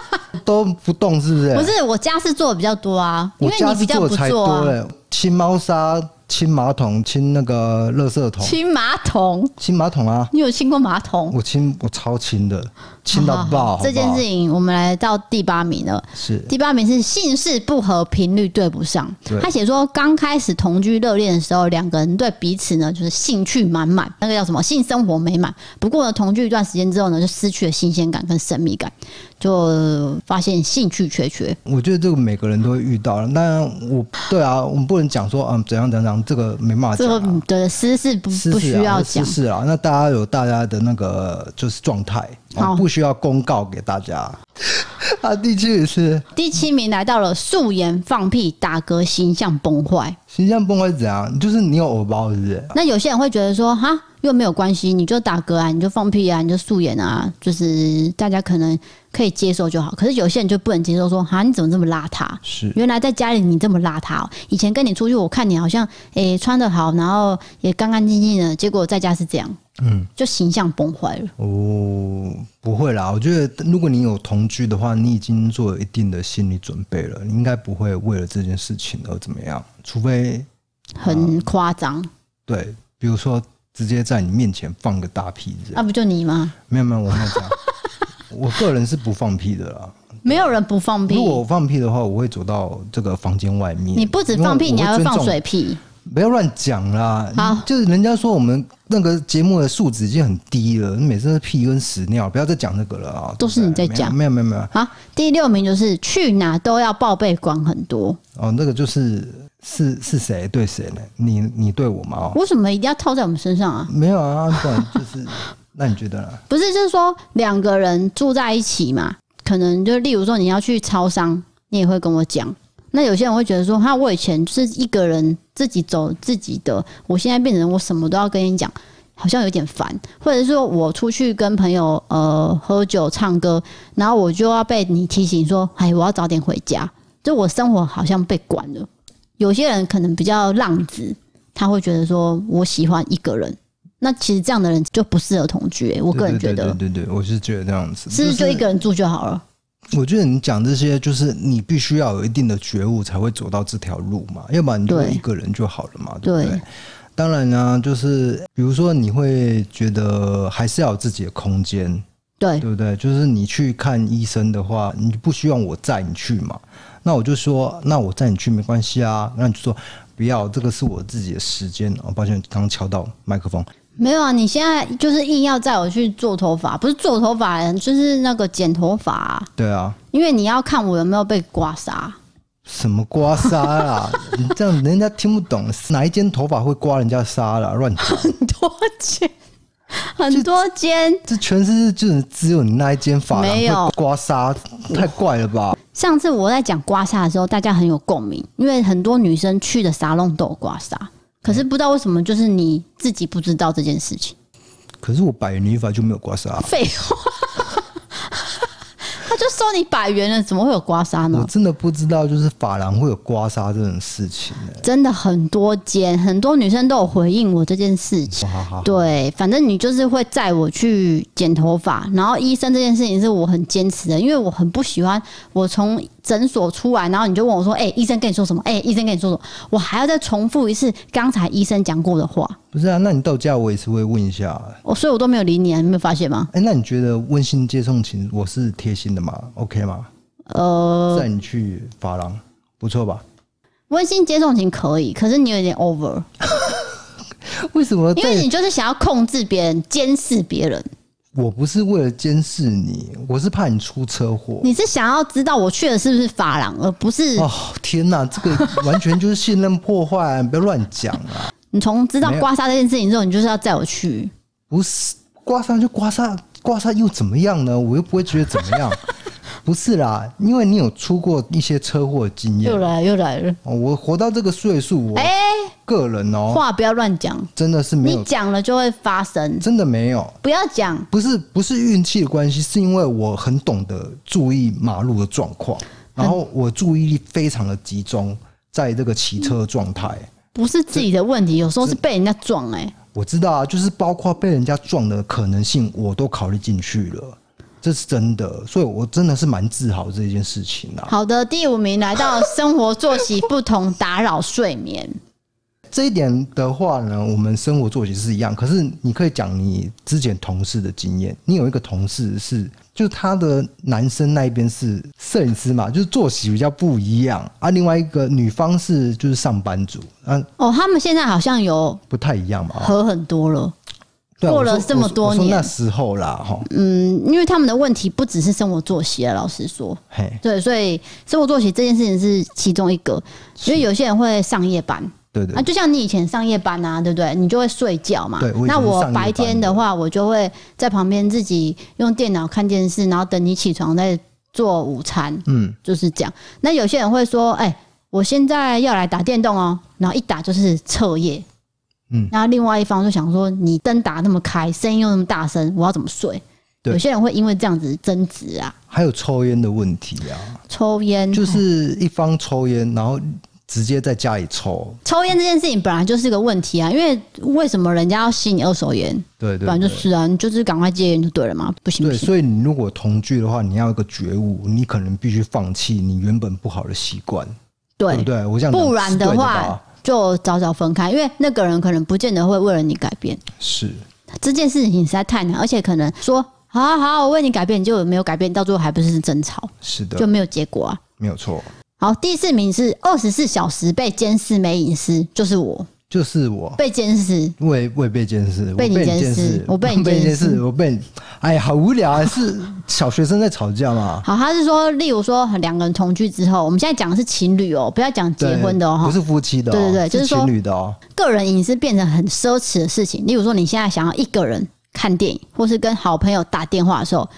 Speaker 2: 都不动是不是？
Speaker 1: 不，是我家事做的比较多啊，因
Speaker 2: 我
Speaker 1: 为
Speaker 2: 家
Speaker 1: 你比
Speaker 2: 是
Speaker 1: 较不
Speaker 2: 的才
Speaker 1: 做
Speaker 2: 多欸
Speaker 1: 啊。
Speaker 2: 嘞，清猫砂、清马桶、清那个垃圾桶、
Speaker 1: 清马桶，
Speaker 2: 清马桶啊，
Speaker 1: 你有清过马桶？
Speaker 2: 我清我超清的，清到
Speaker 1: 好好
Speaker 2: 爆
Speaker 1: 好
Speaker 2: 好不好
Speaker 1: 这件事情我们来到第八名了。
Speaker 2: 是
Speaker 1: 第八名是姓氏不合，频率对不上
Speaker 2: 对。
Speaker 1: 他写说，刚开始同居热恋的时候，两个人对彼此呢就是兴趣满满，那个叫什么性生活美满。不过呢，同居一段时间之后呢，就失去了新鲜感跟神秘感，就发现兴趣缺缺。
Speaker 2: 我觉得这个每个人都会遇到。那我对啊，我们不能讲说嗯怎样怎样怎样，上这个没办法
Speaker 1: 最
Speaker 2: 讲
Speaker 1: 后
Speaker 2: 啊、
Speaker 1: 对私事不
Speaker 2: 私
Speaker 1: 嗯不需
Speaker 2: 事啊
Speaker 1: 要
Speaker 2: 私
Speaker 1: 讲，
Speaker 2: 事啊，那大家有大家的那个就是状态，
Speaker 1: 好
Speaker 2: 啊，不需要公告给大家。 啊，第七也是
Speaker 1: 第七名来到了素颜放屁、打嗝、形象崩坏。
Speaker 2: 形象崩溃是怎样？就是你有偶包，是不是？
Speaker 1: 那有些人会觉得说，哈，又没有关系，你就打嗝啊，你就放屁啊，你就素颜啊，就是大家可能可以接受就好。可是有些人就不能接受说哈，你怎么这么邋遢？
Speaker 2: 是
Speaker 1: 原来在家里你这么邋遢、哦，以前跟你出去，我看你好像诶、穿的好，然后也干干净净的，结果在家是这样，
Speaker 2: 嗯，
Speaker 1: 就形象崩坏了。
Speaker 2: 哦，不会啦。我觉得如果你有同居的话，你已经做了一定的心理准备了，你应该不会为了这件事情而怎么样，除非
Speaker 1: 很夸张，
Speaker 2: 对，比如说直接在你面前放个大屁之类的
Speaker 1: 那、啊不就你吗？
Speaker 2: 没有没有，我没有这样。我个人是不放屁的啦。
Speaker 1: 没有人不放屁
Speaker 2: 如，果我放屁的话，我会走到这个房间外面。
Speaker 1: 你不止放屁，
Speaker 2: 因
Speaker 1: 你
Speaker 2: 为我
Speaker 1: 还会放
Speaker 2: 尊重
Speaker 1: 水屁。
Speaker 2: 不要乱讲啦！
Speaker 1: 好
Speaker 2: 就是人家说我们那个节目的素质已经很低了，每次都屁跟屎尿，不要再讲这个了啊！
Speaker 1: 都是你在
Speaker 2: 对不对
Speaker 1: 讲
Speaker 2: 没有没有没有没有
Speaker 1: 好，第六名就是去哪都要报备，管很多。
Speaker 2: 哦，那个就是是是谁对谁呢？你你对我吗？哦，
Speaker 1: 为什么一定要套在我们身上啊？
Speaker 2: 没有啊，不然就是那你觉得呢？
Speaker 1: 不是，就是说两个人住在一起嘛，可能就例如说你要去超商，你也会跟我讲。那有些人会觉得说，哈，我以前就是一个人自己走自己的，我现在变成我什么都要跟你讲，好像有点烦。或者是说我出去跟朋友呃喝酒唱歌，然后我就要被你提醒说，哎，我要早点回家，就我生活好像被管了。有些人可能比较浪子，他会觉得说我喜欢一个人。那其实这样的人就不适合同居、 欸，我个人觉得，
Speaker 2: 对对对对对，我是觉得这样子，
Speaker 1: 是不是就一个人住就好了？
Speaker 2: 我觉得你讲这些，就是你必须要有一定的觉悟才会走到这条路嘛，要不然你就
Speaker 1: 对
Speaker 2: 一个人就好了嘛，对不
Speaker 1: 对
Speaker 2: 对？当然啊，就是比如说你会觉得还是要有自己的空间，
Speaker 1: 对
Speaker 2: 对不对？就是你去看医生的话，你不希望我载你去嘛，那我就说，那我载你去没关系啊，那你就说不要，这个是我自己的时间哦。抱歉，刚刚敲到麦克风，
Speaker 1: 没有啊！你现在就是硬要载我去做头发，不是做头发，就是那个剪头发啊、
Speaker 2: 对啊，
Speaker 1: 因为你要看我有没有被刮痧。
Speaker 2: 什么刮痧啦？ 你这样人家听不懂，哪一间头发会刮人家痧啦？乱讲。
Speaker 1: 很多间，很多间。
Speaker 2: 这全世界就只有你那一间发廊
Speaker 1: 没有
Speaker 2: 会刮痧，太怪了吧？
Speaker 1: 上次我在讲刮痧的时候，大家很有共鸣，因为很多女生去的沙龙都有刮痧，可是不知道为什么，就是你自己不知道这件事情。
Speaker 2: 可是我百元理发就没有刮痧，
Speaker 1: 废话， 他就收你百元了，怎么会有刮痧
Speaker 2: 我
Speaker 1: 呢？
Speaker 2: 真的不知道就是发廊会有刮痧这种事情呢、
Speaker 1: 真的很多间，很多女生都有回应我这件事情。
Speaker 2: 哇，好好，
Speaker 1: 对，反正你就是会载我去剪头发，然后医生这件事情是我很坚持的，因为我很不喜欢我从诊所出来，然后你就问我说：“哎、医生跟你说什么？哎、医生跟你说什么？”我还要再重复一次刚才医生讲过的话，
Speaker 2: 不是啊？那你到家我也是会问一下、
Speaker 1: 我所以我都没有理你啊，你没有发现吗？
Speaker 2: 哎、那你觉得温馨接送情我是贴心的吗？OK 吗？
Speaker 1: 呃，
Speaker 2: 载你去发廊，不错吧？
Speaker 1: 温馨接送情可以，可是你有点 over，
Speaker 2: 为什么
Speaker 1: 因为
Speaker 2: 在
Speaker 1: 你就是想要控制别人、监视别人，
Speaker 2: 我不是为了监视你，我是怕你出车祸。
Speaker 1: 你是想要知道我去的是不是发廊，而不是
Speaker 2: 哦天哪，这个完全就是信任破坏、你不要乱讲啊！
Speaker 1: 你从知道刮痧这件事情之后，你就是要载我去。
Speaker 2: 不是刮痧就刮痧，刮痧又怎么样呢？我又不会觉得怎么 样。不是啦，因为你有出过一些车祸经验
Speaker 1: 又。来又来了，
Speaker 2: 哦我活到这个岁数，我
Speaker 1: 哎、
Speaker 2: 个人哦、
Speaker 1: 话不要乱讲，
Speaker 2: 真的是没
Speaker 1: 你
Speaker 2: 有，
Speaker 1: 讲了就会发生，
Speaker 2: 真的没有。
Speaker 1: 不要讲。
Speaker 2: 不是不是运气的关系，是因为我很懂得注意马路的状况，然后我注意力非常的集中在这个骑车的状态。
Speaker 1: 不是自己的问题，有时候是被人家撞哎、
Speaker 2: 我知道啊，就是包括被人家撞的可能性，我都考虑进去了，这是真的，所以我真的是蛮自豪这件事情啊。
Speaker 1: 好的，第五名来到生活作息不同，打扰睡眠。
Speaker 2: 这一点的话呢，我们生活作息是一样，可是你可以讲你之前同事的经验。你有一个同事是，就是他的男生那一边是摄影师嘛，就是作息比较不一样啊。另外一个女方是就是上班族，啊，
Speaker 1: 哦，他们现在好像有
Speaker 2: 不太一样嘛。哦
Speaker 1: 和很多了，
Speaker 2: 对啊
Speaker 1: 过了
Speaker 2: 我说
Speaker 1: 这么
Speaker 2: 我说
Speaker 1: 多
Speaker 2: 我说
Speaker 1: 年
Speaker 2: 那时候啦，哦哈，
Speaker 1: 嗯，因为他们的问题不只是生活作息啊，老实说，
Speaker 2: 嘿，
Speaker 1: 对，所以生活作息这件事情是其中一个，因为有些人会上夜班，
Speaker 2: 对对
Speaker 1: 啊，就像你以前上夜班啊，对不对？你就会睡觉嘛。
Speaker 2: 对我以前
Speaker 1: 那我
Speaker 2: 上夜
Speaker 1: 白
Speaker 2: 班
Speaker 1: 天的
Speaker 2: 的
Speaker 1: 话，我就会在旁边自己用电脑看电视，然后等你起床再做午餐，
Speaker 2: 嗯，
Speaker 1: 就是这样。那有些人会说，哎、我现在要来打电动哦，然后一打就是彻夜。
Speaker 2: 嗯
Speaker 1: 然后另外一方就想说，你灯打那么开，声音又那么大声，我要怎么睡？
Speaker 2: 对
Speaker 1: 有些人会因为这样子争执啊，
Speaker 2: 还有抽烟的问题啊，
Speaker 1: 抽烟
Speaker 2: 就是
Speaker 1: 嗯
Speaker 2: 一方抽烟，然后直接在家里抽，
Speaker 1: 抽烟这件事情本来就是个问题啊，因为为什么人家要吸你二手烟？
Speaker 2: 对对
Speaker 1: 反
Speaker 2: 对
Speaker 1: 正就是啊，你就是赶快戒烟就对了嘛，不行不
Speaker 2: 对，
Speaker 1: 行。
Speaker 2: 所以你如果同居的话，你要有一个觉悟，你可能必须放弃你原本不好的习惯，对不
Speaker 1: 对，
Speaker 2: 对？我这样讲
Speaker 1: 不然
Speaker 2: 是对
Speaker 1: 的
Speaker 2: 的
Speaker 1: 话
Speaker 2: 吧
Speaker 1: 就早早分开，因为那个人可能不见得会为了你改变
Speaker 2: 是
Speaker 1: 这件事情，实在太难，而且可能说好啊好啊，我为你改变，你就没有改变，到最后还不是争吵，
Speaker 2: 是
Speaker 1: 就
Speaker 2: 的，
Speaker 1: 没有结果啊。
Speaker 2: 没有错，
Speaker 1: 好，第四名是二十四小时被监视没隐私，就是我
Speaker 2: 就是我。
Speaker 1: 被监视，
Speaker 2: 我也我也被监视，我
Speaker 1: 被你
Speaker 2: 你
Speaker 1: 监
Speaker 2: 监
Speaker 1: 视我被你
Speaker 2: 被
Speaker 1: 监
Speaker 2: 监
Speaker 1: 视
Speaker 2: 视，我被你，哎，好无聊啊！是小学生在吵架嘛？
Speaker 1: 好，他是说，例如说两个人同居之后，我们现在讲的是情侣哦、不要讲 结
Speaker 2: 对
Speaker 1: 婚的哦、
Speaker 2: 不是夫妻的哦，
Speaker 1: 对对对就是是说
Speaker 2: 情侣的哦。
Speaker 1: 个人隐私变成很奢侈的事情。例如说，你现在想要一个人看电影，或是跟好朋友打电话的时候，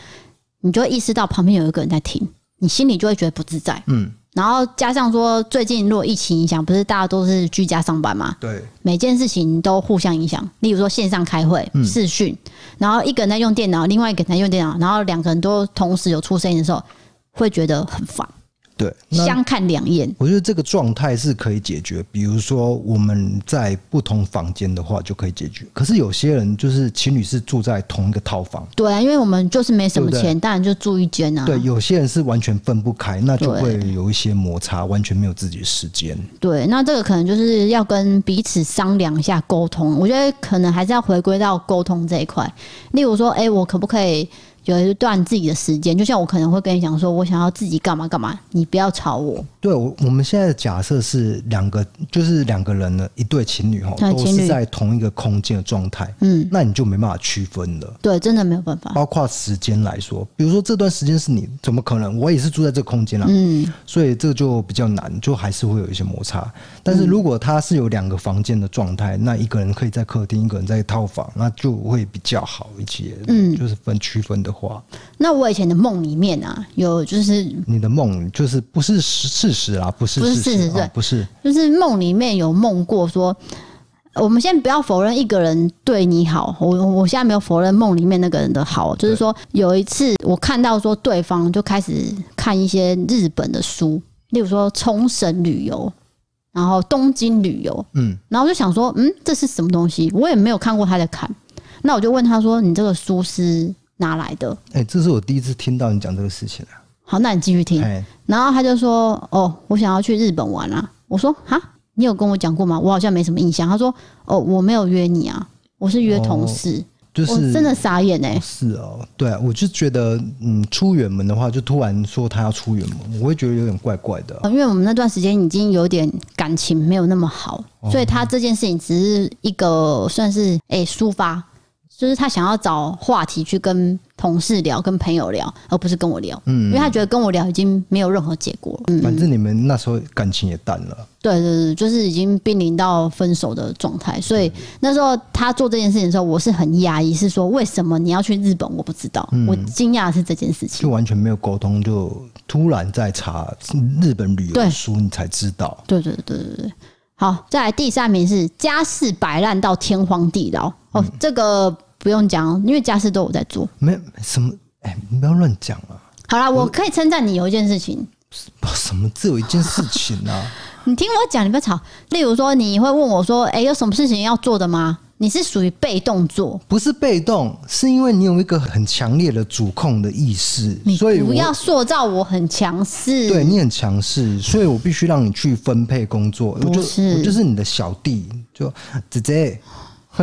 Speaker 1: 你就会意识到旁边有一个人在听，你心里就会觉得不自在。
Speaker 2: 嗯，
Speaker 1: 然后加上说，最近如果疫情影响，不是大家都是居家上班嘛，
Speaker 2: 对，
Speaker 1: 每件事情都互相影响。例如说线上开会、
Speaker 2: 嗯
Speaker 1: 视讯，然后一个人在用电脑，另外一个人在用电脑，然后两个人都同时有出声音的时候，会觉得很烦，
Speaker 2: 对，那
Speaker 1: 相看两厌。
Speaker 2: 我觉得这个状态是可以解决，比如说我们在不同房间的话就可以解决。可是有些人就是情侣是住在同一个套房，
Speaker 1: 对啊，因为我们就是没什么
Speaker 2: 对不对
Speaker 1: 钱，当然就住一间啊。
Speaker 2: 对，有些人是完全分不开，那就
Speaker 1: 对
Speaker 2: 会有一些摩擦，完全没有自己的时间。
Speaker 1: 对，那这个可能就是要跟彼此商量一下沟通。我觉得可能还是要回归到沟通这一块。例如说，哎、我可不可以有一段自己的时间？就像我可能会跟你讲说，我想要自己干嘛干嘛，你不要吵我。
Speaker 2: 对，我我们现在的假设是两个，就是两个人呢，一对情侣哈，
Speaker 1: 对
Speaker 2: 都
Speaker 1: 啊情侣
Speaker 2: 是在同一个空间的状态，
Speaker 1: 嗯，
Speaker 2: 那你就没办法区分了。
Speaker 1: 对，真的没有办法。
Speaker 2: 包括时间来说，比如说这段时间是你，怎么可能？我也是住在这个空间啊，
Speaker 1: 嗯，
Speaker 2: 所以这个就比较难，就还是会有一些摩擦。但
Speaker 1: 嗯
Speaker 2: 是如果他是有两个房间的状态，那一个人可以在客厅，一个人在套房，那就会比较好一些。
Speaker 1: 嗯
Speaker 2: 就是分区分的话，
Speaker 1: 那我以前的梦里面啊，有就是
Speaker 2: 你的梦就是不是事事实啦，不是
Speaker 1: 不是
Speaker 2: 事实，
Speaker 1: 事实对
Speaker 2: 哦不是
Speaker 1: 就是梦里面有梦过说，我们先不要否认一个人对你好，我我我现在没有否认梦里面那个人的好，就是说有一次我看到说对方就开始看一些日本的书，例如说冲绳旅游，然后东京旅游，
Speaker 2: 嗯，
Speaker 1: 然后我就想说，嗯，这是什么东西？我也没有看过他在看，那我就问他说，你这个书是哪来的？
Speaker 2: 哎、这是我第一次听到你讲这个事情啊。
Speaker 1: 好，那你继续听。
Speaker 2: 哎，
Speaker 1: 然后他就说：“哦，我想要去日本玩啊。”我说：“哈，你有跟我讲过吗？我好像没什么印象。”他说：“哦，我没有约你啊，我是约同事。
Speaker 2: 哦就
Speaker 1: 我
Speaker 2: 是
Speaker 1: 真的傻眼哎、
Speaker 2: 是哦，对啊、我就觉得，嗯，出远门的话，就突然说他要出远门，我会觉得有点怪怪的。啊
Speaker 1: 因为我们那段时间已经有点感情没有那么好，
Speaker 2: 哦
Speaker 1: 所以他这件事情只是一个算是哎、抒发，就是他想要找话题去跟同事聊、跟朋友聊，而不是跟我聊，
Speaker 2: 嗯
Speaker 1: 因为他觉得跟我聊已经没有任何结果了。嗯，
Speaker 2: 反正你们那时候感情也淡了，
Speaker 1: 对对对，就是已经濒临到分手的状态，所以
Speaker 2: 嗯
Speaker 1: 那时候他做这件事情的时候，我是很压抑，是说为什么你要去日本？我不知道，
Speaker 2: 嗯
Speaker 1: 我惊讶的是这件事情
Speaker 2: 就。完全没有沟通，就突然在查日本旅
Speaker 1: 对
Speaker 2: 游书，你才知道。
Speaker 1: 对对对对对对。好，再来第三名是家事摆烂到天荒地老。哦，
Speaker 2: 嗯
Speaker 1: 这个不用讲，因为家事都有在做。
Speaker 2: 没什么，哎、你不要乱讲啊！
Speaker 1: 好啦，我可以称赞你有一件事情，
Speaker 2: 什么只有一件事情 啊？
Speaker 1: 你听我讲，你不要吵。例如说，你会问我说：“哎、有什么事情要做的吗？”你是属于被动做，
Speaker 2: 不是被动，是因为你有一个很强烈的主控的意识，
Speaker 1: 你
Speaker 2: 所以
Speaker 1: 不
Speaker 2: 我
Speaker 1: 要塑造我很强势。
Speaker 2: 对你很强势，所以我必须让你去分配工作。我
Speaker 1: 不
Speaker 2: 就是我就是你的小弟，就姐姐，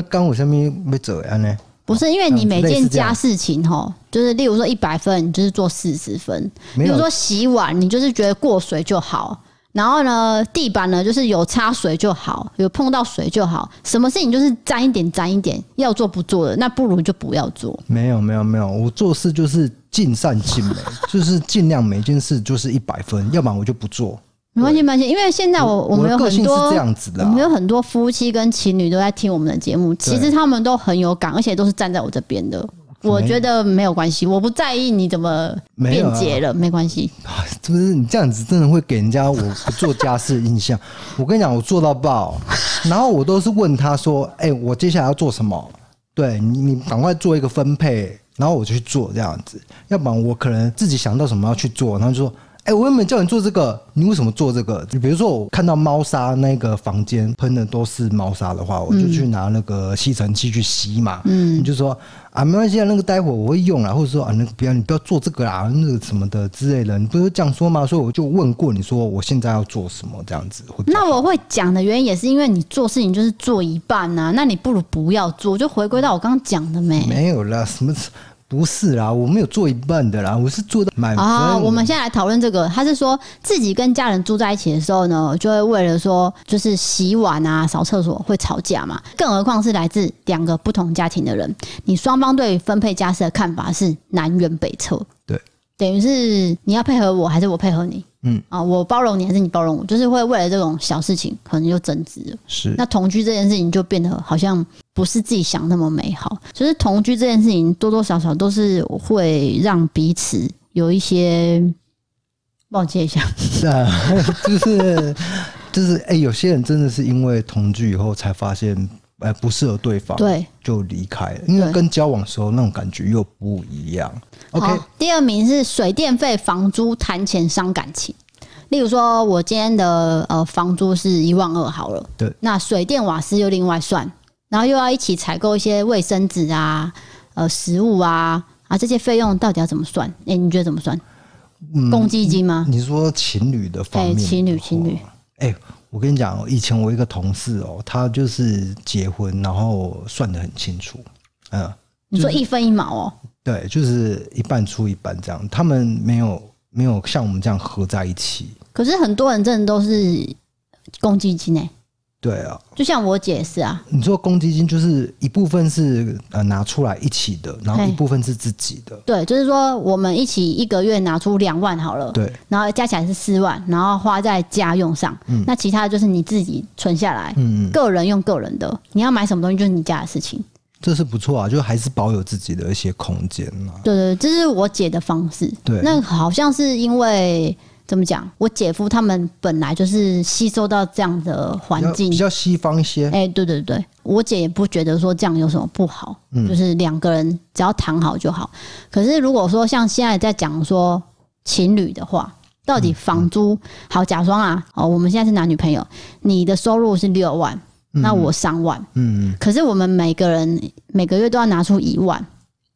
Speaker 2: 刚我下面被走呀呢？
Speaker 1: 不是因为你每
Speaker 2: 类
Speaker 1: 件
Speaker 2: 似这样
Speaker 1: 家事情吼，就是例如说一百分，你就是做四十分；，比
Speaker 2: 没有
Speaker 1: 如说洗碗，你就是觉得过水就好。然后呢，地板呢就是有擦水就好，有碰到水就好。什么事情就是沾一点沾一点，要做不做的，那不如就不要做。
Speaker 2: 没有没有没有，我做事就是尽善尽美，就是尽量每件事就是一百分，要不然我就不做。
Speaker 1: 没关系，没关系，因为现在我我
Speaker 2: 我
Speaker 1: 们
Speaker 2: 的
Speaker 1: 有
Speaker 2: 个
Speaker 1: 很
Speaker 2: 性是
Speaker 1: 多
Speaker 2: 这样子的、
Speaker 1: 我
Speaker 2: 啊
Speaker 1: 们，有很多夫妻跟情侣都在听我们的节目，其实他们都很有感，而且都是站在我这边的。我觉得没有关系，我不在意你怎么
Speaker 2: 没有
Speaker 1: 辩
Speaker 2: 啊
Speaker 1: 解了，没关系。
Speaker 2: 是不是？你这样子真的会给人家我不做家事的印象。 我跟你讲，我做到爆，然后我都是问他说：“哎、我接下来要做什么？”对你，你赶快做一个分配，然后我就去做这样子。要不然我可能自己想到什么要去做，然后就说：“哎、我又没有叫你做这个，你为什么做这个？”比如说我看到猫砂那个房间喷的都是猫砂的话，我就去拿那个吸尘器去吸嘛。你就说啊，没关系啊，那个待会我会用啦，或者说啊，那个不要你不要做这个啦，那个什么的之类的，你不是这样说吗？所以我就问过你说我现在要做什么这样子会比较
Speaker 1: 那我会讲的原因也是因为你做事情就是做一半呐、那你不如不要做，就回归到我刚刚讲的没
Speaker 2: 没有啦，什么不是啦，我没有做一半的啦，我是做到满分。
Speaker 1: 啊、我们现在来讨论这个，他是说自己跟家人住在一起的时候呢，就会为了说就是洗碗啊、扫厕所会吵架嘛，更何况是来自两个不同家庭的人，你双方对于分配家事的看法是南辕北辙。
Speaker 2: 对，
Speaker 1: 等于是你要配合我，还是我配合你？
Speaker 2: 嗯
Speaker 1: 啊，我包容你，还是你包容我？就是会为了这种小事情，可能就争执了。
Speaker 2: 是
Speaker 1: 那同居这件事情就变得好像不是自己想那么美好，就是同居这件事情多多少少都是会让彼此有一些。帮我接一下，
Speaker 2: 那 就是就是哎、有些人真的是因为同居以后才发现哎、不适合对方，
Speaker 1: 对
Speaker 2: 就离开了，因为
Speaker 1: 对
Speaker 2: 跟交往时候那种感觉又不一样。OK，
Speaker 1: 好。第二名是水电费、房租谈钱伤感情。例如说，我今天的呃房租是一万二好了，
Speaker 2: 对，
Speaker 1: 那水电瓦斯又另外算，然后又要一起采购一些卫生纸啊、呃食物啊啊这些费用到底要怎么算？哎、你觉得怎么算？
Speaker 2: 嗯
Speaker 1: 公积金吗？
Speaker 2: 你说情侣的方面，
Speaker 1: 对情侣情侣。
Speaker 2: 哎、我跟你讲哦，以前我一个同事哦，他就是结婚，然后算得很清楚，嗯，
Speaker 1: 你说一分一毛哦、
Speaker 2: 对，就是一半出一半这样。他们没有没有像我们这样合在一起，
Speaker 1: 可是很多人真的都是公积金诶、
Speaker 2: 对啊。
Speaker 1: 就像我姐也是啊，
Speaker 2: 你说公积金就是一部分是呃拿出来一起的，然后
Speaker 1: 嘿
Speaker 2: 一部分是自己的，
Speaker 1: 对，就是说我们一起一个月拿出两万好了，
Speaker 2: 对，
Speaker 1: 然后加起来是四万，然后花在家用上，那其他的就是你自己存下来，
Speaker 2: 嗯，
Speaker 1: 个人用个人的，你要买什么东西就是你家的事情。
Speaker 2: 这是不错啊，就还是保有自己的一些空间啊。
Speaker 1: 对对，对这是我姐的方式。
Speaker 2: 对
Speaker 1: 那好像是因为怎么讲，我姐夫他们本来就是吸收到这样的
Speaker 2: 比
Speaker 1: 环
Speaker 2: 较
Speaker 1: 境
Speaker 2: 比，较西方一些，
Speaker 1: 哎、对对对，我姐也不觉得说这样有什么不好，
Speaker 2: 嗯
Speaker 1: 就是两个人只要谈好就好。可是如果说像现在在讲说情侣的话，到
Speaker 2: 嗯
Speaker 1: 底房租、好假装啊，哦，我们现在是男女朋友，你的收入是六万，那我三万，
Speaker 2: 嗯，
Speaker 1: 可是我们每个人每个月都要拿出一万，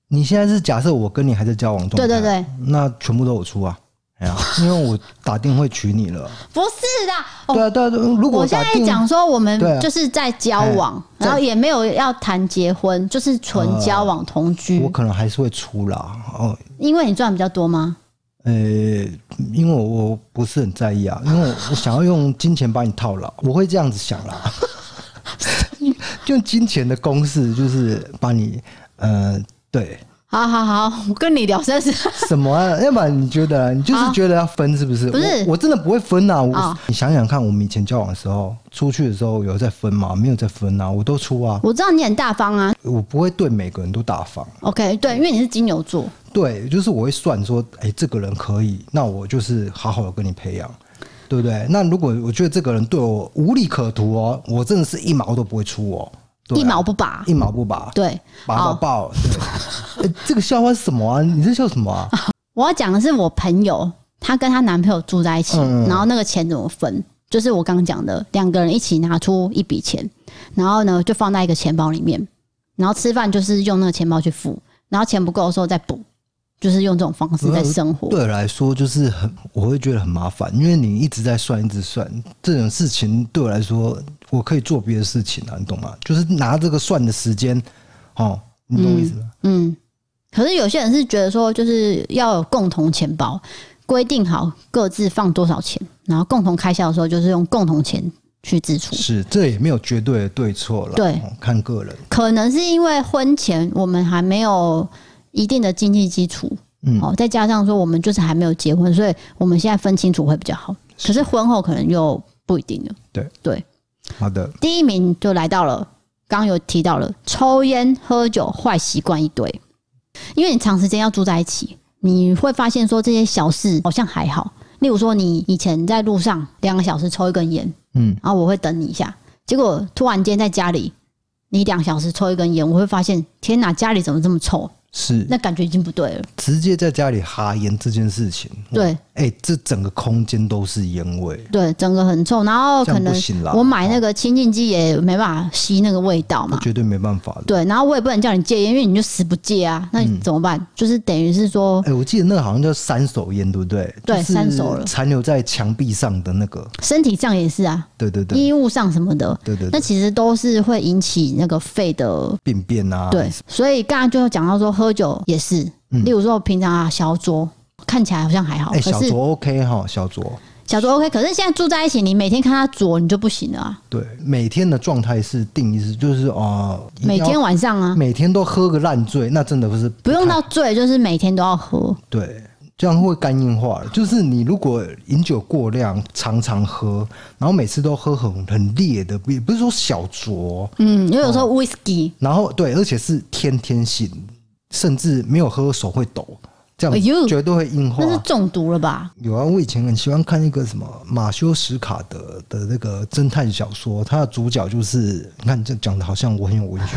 Speaker 2: 你现在是假设我跟你还在交往中，
Speaker 1: 对对对，
Speaker 2: 那全部都我出啊。哎呀， 因为我打定会娶你了。
Speaker 1: 不是啦，哦
Speaker 2: 对。啊，对啊，对啊如果
Speaker 1: 我现
Speaker 2: 打
Speaker 1: 在
Speaker 2: 定
Speaker 1: 讲说，我们
Speaker 2: 对啊哎
Speaker 1: 就是在交往，然后也没有要谈结婚，就是纯交往同居。
Speaker 2: 啊我可能还是会出啦。哦，
Speaker 1: 因为你赚比较多吗？
Speaker 2: 呃，因为我我不是很在意啊，因为我我想要用金钱把你套牢，我会这样子想啦。 用金钱的公式就是把你，呃，对
Speaker 1: 好好好，我跟你聊真是
Speaker 2: 什么、啊？要不然你觉得你就是
Speaker 1: 好
Speaker 2: 觉得要分是不是？
Speaker 1: 不是
Speaker 2: 我，我真的不会分啊。我、
Speaker 1: 哦
Speaker 2: 你想想看，我们以前交往的时候，出去的时候有在分吗？没有在分啊，我都出啊，
Speaker 1: 我知道你很大方啊
Speaker 2: 我不会对每个人都大方。
Speaker 1: ，OK，对，因啊为你是金牛座，
Speaker 2: 对，就是我会算说，哎、这个人可以，那我就是好好的跟你培养，对不对？那如果我觉得这个人对我无利可图哦，我真的是一毛都不会出哦，对啊
Speaker 1: 一毛不拔，
Speaker 2: 一毛不拔，
Speaker 1: 对，
Speaker 2: 拔到
Speaker 1: 好，
Speaker 2: 爆。对， 哎这个笑话是什么啊？你在笑什么啊？
Speaker 1: 我要讲的是我朋友，她跟她男朋友住在一起，
Speaker 2: 嗯
Speaker 1: 然后那个钱怎么分？就是我刚刚讲的，两个人一起拿出一笔钱，然后呢就放在一个钱包里面，然后吃饭就是用那个钱包去付，然后钱不够的时候再补，就是用这种方式在生活。
Speaker 2: 对我来说就是很，我会觉得很麻烦，因为你一直在算，一直算这种事情，对我来说，我可以做别的事情啊，你懂吗？就是拿这个算的时间，哦，你懂我意思吗？
Speaker 1: 嗯，可是有些人是觉得说，就是要有共同钱包，规定好各自放多少钱，然后共同开销的时候，就是用共同钱去支出。
Speaker 2: 是，这也没有绝对的对错了，
Speaker 1: 对
Speaker 2: 哦，看个人。
Speaker 1: 可能是因为婚前我们还没有一定的经济基础，
Speaker 2: 嗯
Speaker 1: 哦，再加上说我们就是还没有结婚，所以我们现在分清楚会比较好。可是婚后可能又不一定了。
Speaker 2: 对
Speaker 1: 对，
Speaker 2: 好的，
Speaker 1: 第一名就来到了，刚刚有提到了抽烟、喝酒、坏习惯一堆，因为你长时间要住在一起，你会发现说这些小事好像还好。例如说，你以前在路上两个小时抽一根烟，
Speaker 2: 嗯，
Speaker 1: 然后我会等你一下，结果突然间在家里，你两小时抽一根烟，我会发现天哪，家里怎么这么臭？
Speaker 2: 是
Speaker 1: 那感觉已经不对了。
Speaker 2: 直接在家里哈烟这件事情，哇，
Speaker 1: 对
Speaker 2: 哎、这整个空间都是烟味，
Speaker 1: 对，整个很臭，然后
Speaker 2: 这
Speaker 1: 可
Speaker 2: 样不
Speaker 1: 能
Speaker 2: 行啦
Speaker 1: 我买那个清净机也没办法吸那个味道嘛。
Speaker 2: 绝对没办法的。
Speaker 1: 对，然后我也不能叫你戒烟，因为你就死不戒啊，那
Speaker 2: 嗯
Speaker 1: 你怎么办？就是等于是说
Speaker 2: 哎、我记得那个好像叫三手烟，对不对？
Speaker 1: 对
Speaker 2: 就是
Speaker 1: 三手了
Speaker 2: 残留在墙壁上的那个，
Speaker 1: 身体上也是啊，
Speaker 2: 对对对，
Speaker 1: 衣物上什么的，
Speaker 2: 对对
Speaker 1: 那
Speaker 2: 对，
Speaker 1: 其实都是会引起那个肺的。
Speaker 2: 便便啊，嗯
Speaker 1: 对，所以刚刚就讲到说喝酒也是，例如说平常啊小酌看起来好像还好，
Speaker 2: 哎、
Speaker 1: 哦可
Speaker 2: 小
Speaker 1: 是
Speaker 2: 酌 OK 哈，小酌。
Speaker 1: 小酌 OK，可是现在住在一起，你每天看他酌你就不行了啊，
Speaker 2: 对，每天的状态是定义是就是哦，一定
Speaker 1: 每
Speaker 2: 要嗯
Speaker 1: 天晚上啊，
Speaker 2: 每天都喝个烂醉，那真的不是
Speaker 1: 不用
Speaker 2: 太
Speaker 1: 到醉，就是每天都要喝。
Speaker 2: 对，这样会肝硬化了。就是你如果饮酒过量，常常喝，然后每次都喝很很烈的，也不是说小酌，
Speaker 1: 嗯，因为有时候
Speaker 2: 哦
Speaker 1: whisky，
Speaker 2: 然后对，而且是天天性，甚至没有喝手会抖，这
Speaker 1: 哎呦
Speaker 2: 样绝对会硬化
Speaker 1: 那。是中毒了吧？
Speaker 2: 有啊，我以前很喜欢看一个什么马修·史卡德的那个侦探小说，他的主角就是，你看这讲的好像我很有 文学，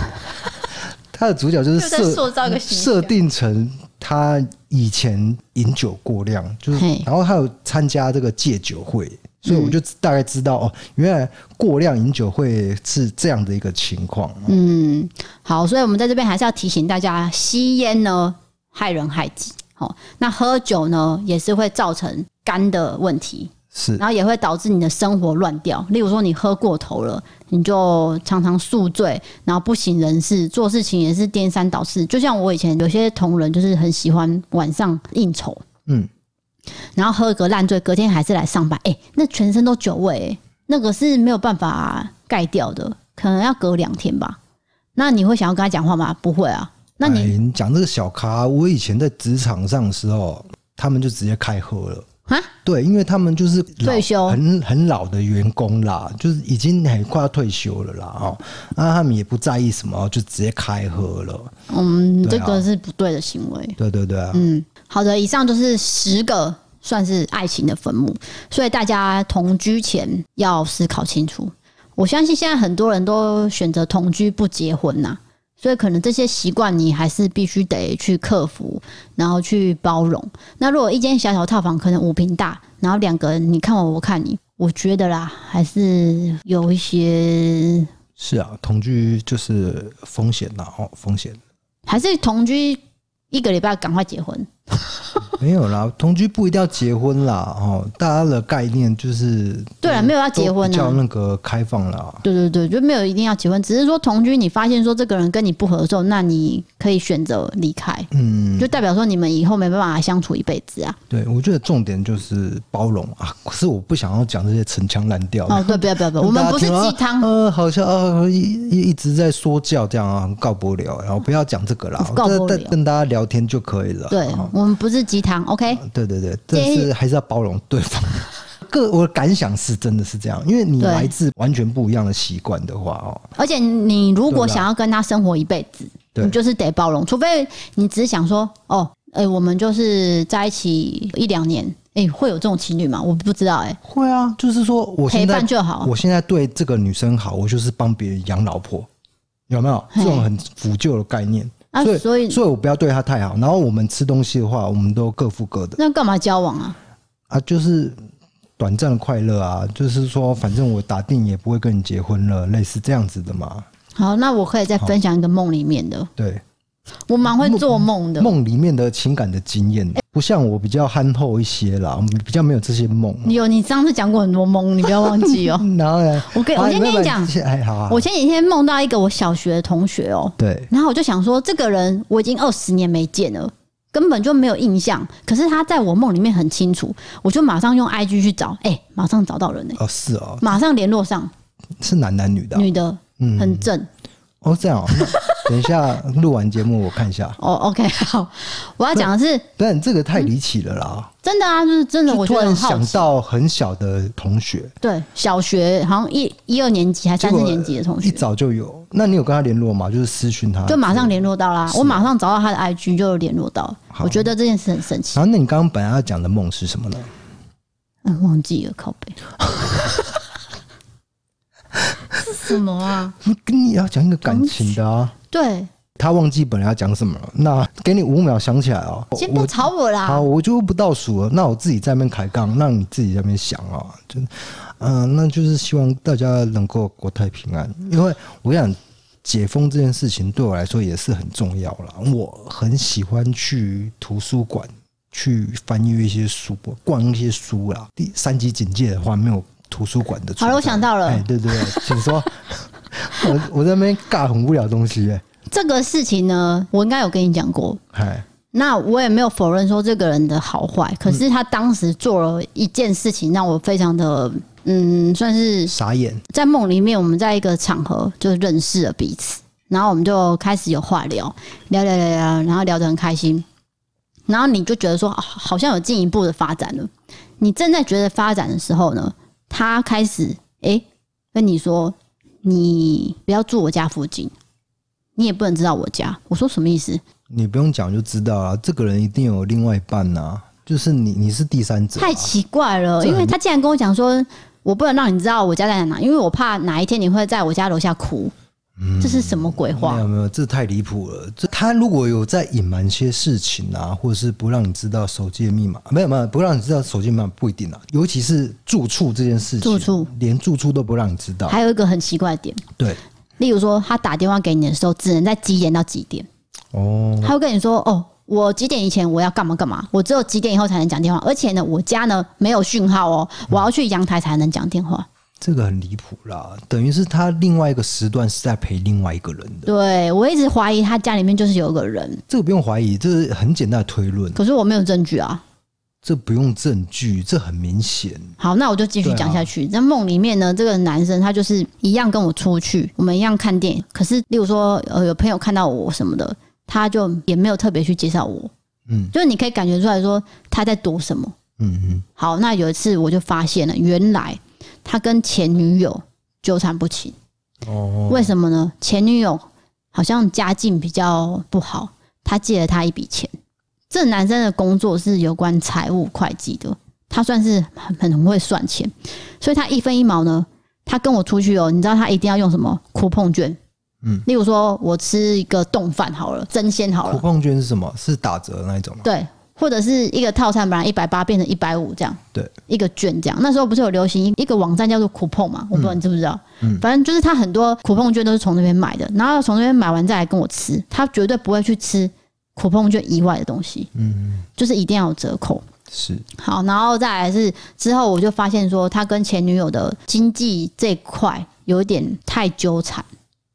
Speaker 2: 他的主角就是
Speaker 1: 又在
Speaker 2: 设
Speaker 1: 塑造一个形象
Speaker 2: 设定成他以前饮酒过量，就是
Speaker 1: 嘿
Speaker 2: 然后他有参加这个戒酒会，所以我就大概知道、哦，原来过量饮酒会是这样的一个情况。
Speaker 1: 嗯，好，所以我们在这边还是要提醒大家，吸烟呢害人害己，好、那喝酒呢也是会造成肝的问题，
Speaker 2: 是
Speaker 1: 然后也会导致你的生活乱掉。例如说你喝过头了，你就常常宿醉，然后不省人事，做事情也是颠三倒四。就像我以前有些同仁就是很喜欢晚上应酬，
Speaker 2: 嗯，
Speaker 1: 然后喝个烂醉，隔天还是来上班，哎、那全身都酒味、哎那个是没有办法盖掉的，可能要隔两天吧。那你会想要跟他讲话吗？不会啊。那
Speaker 2: 哎
Speaker 1: 你
Speaker 2: 你讲这个小咖，我以前在职场上的时候，他们就直接开喝了。
Speaker 1: 啊，
Speaker 2: 对，因为他们就是老
Speaker 1: 退休
Speaker 2: 很很老的员工啦，就是已经很快要退休了啦哦，那他们也不在意什么，就直接开喝了。
Speaker 1: 嗯，这
Speaker 2: 对啊
Speaker 1: 个是不对的行为。
Speaker 2: 对对对啊，
Speaker 1: 嗯，好的，以上就是十个算是爱情的坟墓，所以大家同居前要思考清楚。我相信现在很多人都选择同居不结婚呐、所以可能这些习惯你还是必须得去克服，然后去包容。那如果一间小小套房可能五平大，然后两个人你看我我看你，我觉得啦，还是有一些
Speaker 2: 是啊，同居就是风险啦哦，风险
Speaker 1: 还是同居一个礼拜赶快结婚。
Speaker 2: 没有啦，同居不一定要结婚啦哦，大家的概念就是
Speaker 1: 对了，没有要结婚啊，
Speaker 2: 叫那个开放啦。
Speaker 1: 对对对，就没有一定要结婚，只是说同居，你发现说这个人跟你不合的时候，那你可以选择离开，
Speaker 2: 嗯，
Speaker 1: 就代表说你们以后没办法相处一辈子啊。
Speaker 2: 对，我觉得重点就是包容啊。可是我不想要讲这些陈腔滥调的。
Speaker 1: 哦，对，不要不要不要，我们不是鸡汤，
Speaker 2: 呃，好像啊一一一直在说教这样啊，很告不了，然后不要讲这 个啦，
Speaker 1: 告不
Speaker 2: 跟
Speaker 1: 了
Speaker 2: 跟大家聊天就可以了。
Speaker 1: 对
Speaker 2: 啊
Speaker 1: 我们不是鸡汤，OK？
Speaker 2: 对对对，
Speaker 1: 建
Speaker 2: 但
Speaker 1: 议
Speaker 2: 是还是要包容对方。 个我的感想是真的是这样，因为你
Speaker 1: 对
Speaker 2: 来自完全不一样的习惯的话哦，
Speaker 1: 而且你如果
Speaker 2: 对啦
Speaker 1: 想要跟他生活一辈子，
Speaker 2: 对
Speaker 1: 你就是得包容，除非你只是想说，哦，哎、我们就是在一起一两年，哎、会有这种情侣吗？我不知道、哎，
Speaker 2: 会啊，就是说我
Speaker 1: 陪
Speaker 2: 现在
Speaker 1: 伴就好。
Speaker 2: 我现在对这个女生好，我就是帮别人养老婆，有没有
Speaker 1: 嘿
Speaker 2: 这种很腐旧的概念？
Speaker 1: 啊
Speaker 2: 所以，
Speaker 1: 所以
Speaker 2: 所以我不要对她太好。然后我们吃东西的话，我们都各付各的。
Speaker 1: 那干嘛交往啊？
Speaker 2: 啊，就是短暂的快乐啊，就是说，反正我打定也不会跟你结婚了，类似这样子的嘛。
Speaker 1: 好，那我可以再分享一个梦里面的，
Speaker 2: 对，
Speaker 1: 我蛮会做梦的。
Speaker 2: 梦里面的情感的经验，不像我比较憨厚一些啦，我们比较没有这些梦。
Speaker 1: 你有，你上次讲过很多梦，你不要忘记 哦。
Speaker 2: 然后呢，
Speaker 1: 我跟
Speaker 2: 啊
Speaker 1: 我先
Speaker 2: 没
Speaker 1: 跟
Speaker 2: 有
Speaker 1: 你讲
Speaker 2: 办法，哎，好啊，
Speaker 1: 我前几天梦到一个我小学的同学哦，
Speaker 2: 对，
Speaker 1: 然后我就想说，这个人我已经二十年没见了，根本就没有印象。可是他在我梦里面很清楚，我就马上用 IG 去找，哎、马上找到人呢、
Speaker 2: 哦，是哦，
Speaker 1: 马上联络上，
Speaker 2: 是男男女的啊、
Speaker 1: 女的
Speaker 2: 嗯，
Speaker 1: 很正，
Speaker 2: 哦，这样、哦，等一下录完节目我看一下。
Speaker 1: 哦、o k 好，我要讲的是
Speaker 2: 但这个太离奇了啦！
Speaker 1: 真的啊，就是真的，
Speaker 2: 就
Speaker 1: 我觉
Speaker 2: 突
Speaker 1: 得很
Speaker 2: 然
Speaker 1: 好
Speaker 2: 想
Speaker 1: 奇。
Speaker 2: 到很小的同学，
Speaker 1: 对，小学好像一一二年级还
Speaker 2: 结
Speaker 1: 三四
Speaker 2: 果
Speaker 1: 年级的同学
Speaker 2: 一，早就有。那你有跟他联络吗？就是私讯他，
Speaker 1: 就马上联络到啦。
Speaker 2: 是啊
Speaker 1: 我马上找到他的 IG 就联络到了。
Speaker 2: 好
Speaker 1: 我觉得这件事很神奇，
Speaker 2: 然后，那你刚刚本来要讲的梦是什么呢？
Speaker 1: 嗯，忘记了靠背。 是什么啊？
Speaker 2: 我跟你要讲一个感情的啊。
Speaker 1: 对，
Speaker 2: 他忘记本来要讲什么了，那给你五秒想起来哦。
Speaker 1: 先不吵我
Speaker 2: 好，
Speaker 1: 啦。
Speaker 2: 我就不倒数了。那我自己在那边抬杠，让你自己在那边想啊、就，嗯、那就是希望大家能够国泰平安。因为我想解封这件事情对我来说也是很重要啦。我很喜欢去图书馆去翻阅一些书，逛一些书啦。第三级警戒的话，没有图书馆的存在。
Speaker 1: 好了我想到了
Speaker 2: 哎，对对对，请说。 我我在那边尬很无聊的东西、欸，
Speaker 1: 这个事情呢，我应该有跟你讲过。
Speaker 2: 哎，
Speaker 1: 那我也没有否认说这个人的好坏，可是他当时做了一件事情，让我非常的嗯，算是
Speaker 2: 傻眼。
Speaker 1: 在梦里面，我们在一个场合就认识了彼此，然后我们就开始有话聊，聊聊聊聊，然后聊得很开心，然后你就觉得说啊好像有进一步的发展了。你正在觉得发展的时候呢，他开始诶跟你说你不要住我家附近，你也不能知道我家。我说什么意思？
Speaker 2: 你不用讲就知道了，这个人一定有另外一半呐、就是你，你是第三者啊、
Speaker 1: 太奇怪了，
Speaker 2: 这很
Speaker 1: 因为他竟然跟我讲说，我不能让你知道我家在哪，因为我怕哪一天你会在我家楼下哭。这是什么鬼
Speaker 2: 没
Speaker 1: 话？
Speaker 2: 有没有，这太离谱了。这他如果有在隐瞒些事情啊，或者是不让你知道手机的密码，没有没有，不让你知道手机密码不一定啊，尤其是住处这件事情，
Speaker 1: 住处
Speaker 2: 连住处都不让你知道，
Speaker 1: 还有一个很奇怪的点，
Speaker 2: 对
Speaker 1: 例如说他打电话给你的时候，只能在几点到几点，
Speaker 2: 哦，
Speaker 1: 他会跟你说哦。我几点以前我要干嘛干嘛？我只有几点以后才能讲电话，而且呢，我家呢没有讯号哦，我要去阳台才能讲电话。
Speaker 2: 这个很离谱啦，等于是他另外一个时段是在陪另外一个人的，
Speaker 1: 对我一直怀疑他家里面就是有个人，
Speaker 2: 这个不用怀疑，这是很简单的推论，
Speaker 1: 可是我没有证据啊。
Speaker 2: 这不用证据，这很明显。
Speaker 1: 好，那我就继续讲下去。在梦里面呢，这个男生他就是一样跟我出去，我们一样看电影。可是，例如说，呃，有朋友看到我什么的，他就也没有特别去介绍我。
Speaker 2: 嗯，
Speaker 1: 就是你可以感觉出来说他在躲什么。
Speaker 2: 嗯嗯，
Speaker 1: 好，那有一次我就发现了，原来他跟前女友纠缠不清。
Speaker 2: 哦，
Speaker 1: 为什么呢？前女友好像家境比较不好，他借了他一笔钱。这男生的工作是有关财务会计的，他算是很很会算钱，所以他一分一毛呢，他跟我出去哦，你知道他一定要用什么酷碰券？
Speaker 2: 嗯，
Speaker 1: 例如说我吃一个冻饭好了，蒸鲜好
Speaker 2: 酷
Speaker 1: 了，
Speaker 2: 碰券是什么？是打折的那一种吗？
Speaker 1: 对，或者是一个套餐本来一百八变成一百五这样，
Speaker 2: 对，
Speaker 1: 一个券这样。那时候不是有流行一一个网站叫做 coupon 嘛？我不知道你知不知道，
Speaker 2: 嗯
Speaker 1: 反正就是他很多 coupon 券都是从那边买的，然后从那边买完再来跟我吃，他绝对不会去吃 coupon 券以外的东西，
Speaker 2: 嗯，
Speaker 1: 就是一定要有折扣。
Speaker 2: 是
Speaker 1: 好，然后再来是之后我就发现说，他跟前女友的经济这一块有一点太纠缠，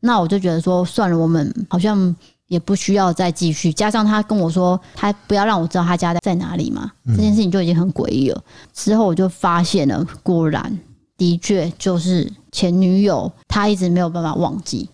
Speaker 1: 那我就觉得说，算了，我们好像也不需要再继续。加上他跟我说，他不要让我知道他家在在哪里嘛，这件事情就已经很诡异了。之后我就发现了，果然的确就是前女友，他一直没有办法忘记，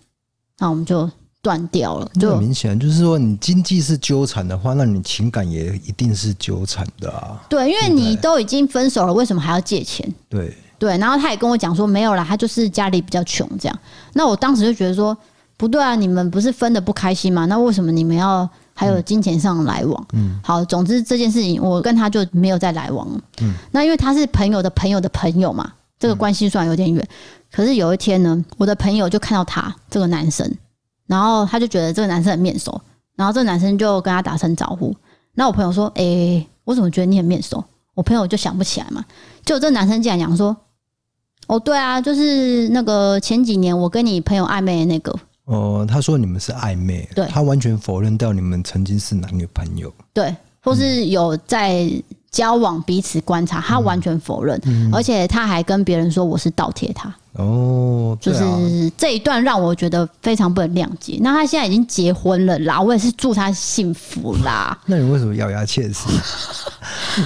Speaker 1: 那我们就断掉了，
Speaker 2: 这
Speaker 1: 就
Speaker 2: 很明显，就是说你经济是纠缠的话，那你情感也一定是纠缠的啊。
Speaker 1: 对，因为你都已经分手了，为什么还要借钱？
Speaker 2: 对，
Speaker 1: 对，然后他也跟我讲说没有啦，他就是家里比较穷这样。那我当时就觉得说不对啊，你们不是分的不开心吗？那为什么你们要还有金钱上的来往？
Speaker 2: 嗯，
Speaker 1: 好，总之这件事情我跟他就没有再来往了。
Speaker 2: 嗯，
Speaker 1: 那因为他是朋友的朋友的朋友嘛，这个关系虽然有点远，可是有一天呢，我的朋友就看到他这个男生，然后他就觉得这个男生很面熟，然后这个男生就跟他打声招呼。那我朋友说：“诶、我怎么觉得你很面熟？”我朋友就想不起来嘛，就这男生竟然讲说：“哦，对啊，就是那个前几年我跟你朋友暧昧的那个，
Speaker 2: 呃，他说你们是暧昧，
Speaker 1: 对
Speaker 2: 他完全否认掉你们曾经是男女朋友。
Speaker 1: 对，或是
Speaker 2: 嗯
Speaker 1: 有在交往彼此观察，他完全否认，
Speaker 2: 嗯
Speaker 1: 而且他还跟别人说我是倒贴他，
Speaker 2: 哦，
Speaker 1: 就
Speaker 2: 对啊，
Speaker 1: 是这一段让我觉得非常不能谅解。那他现在已经 结婚了啦，我也是祝他幸福啦。
Speaker 2: 那你为什么咬牙切齿？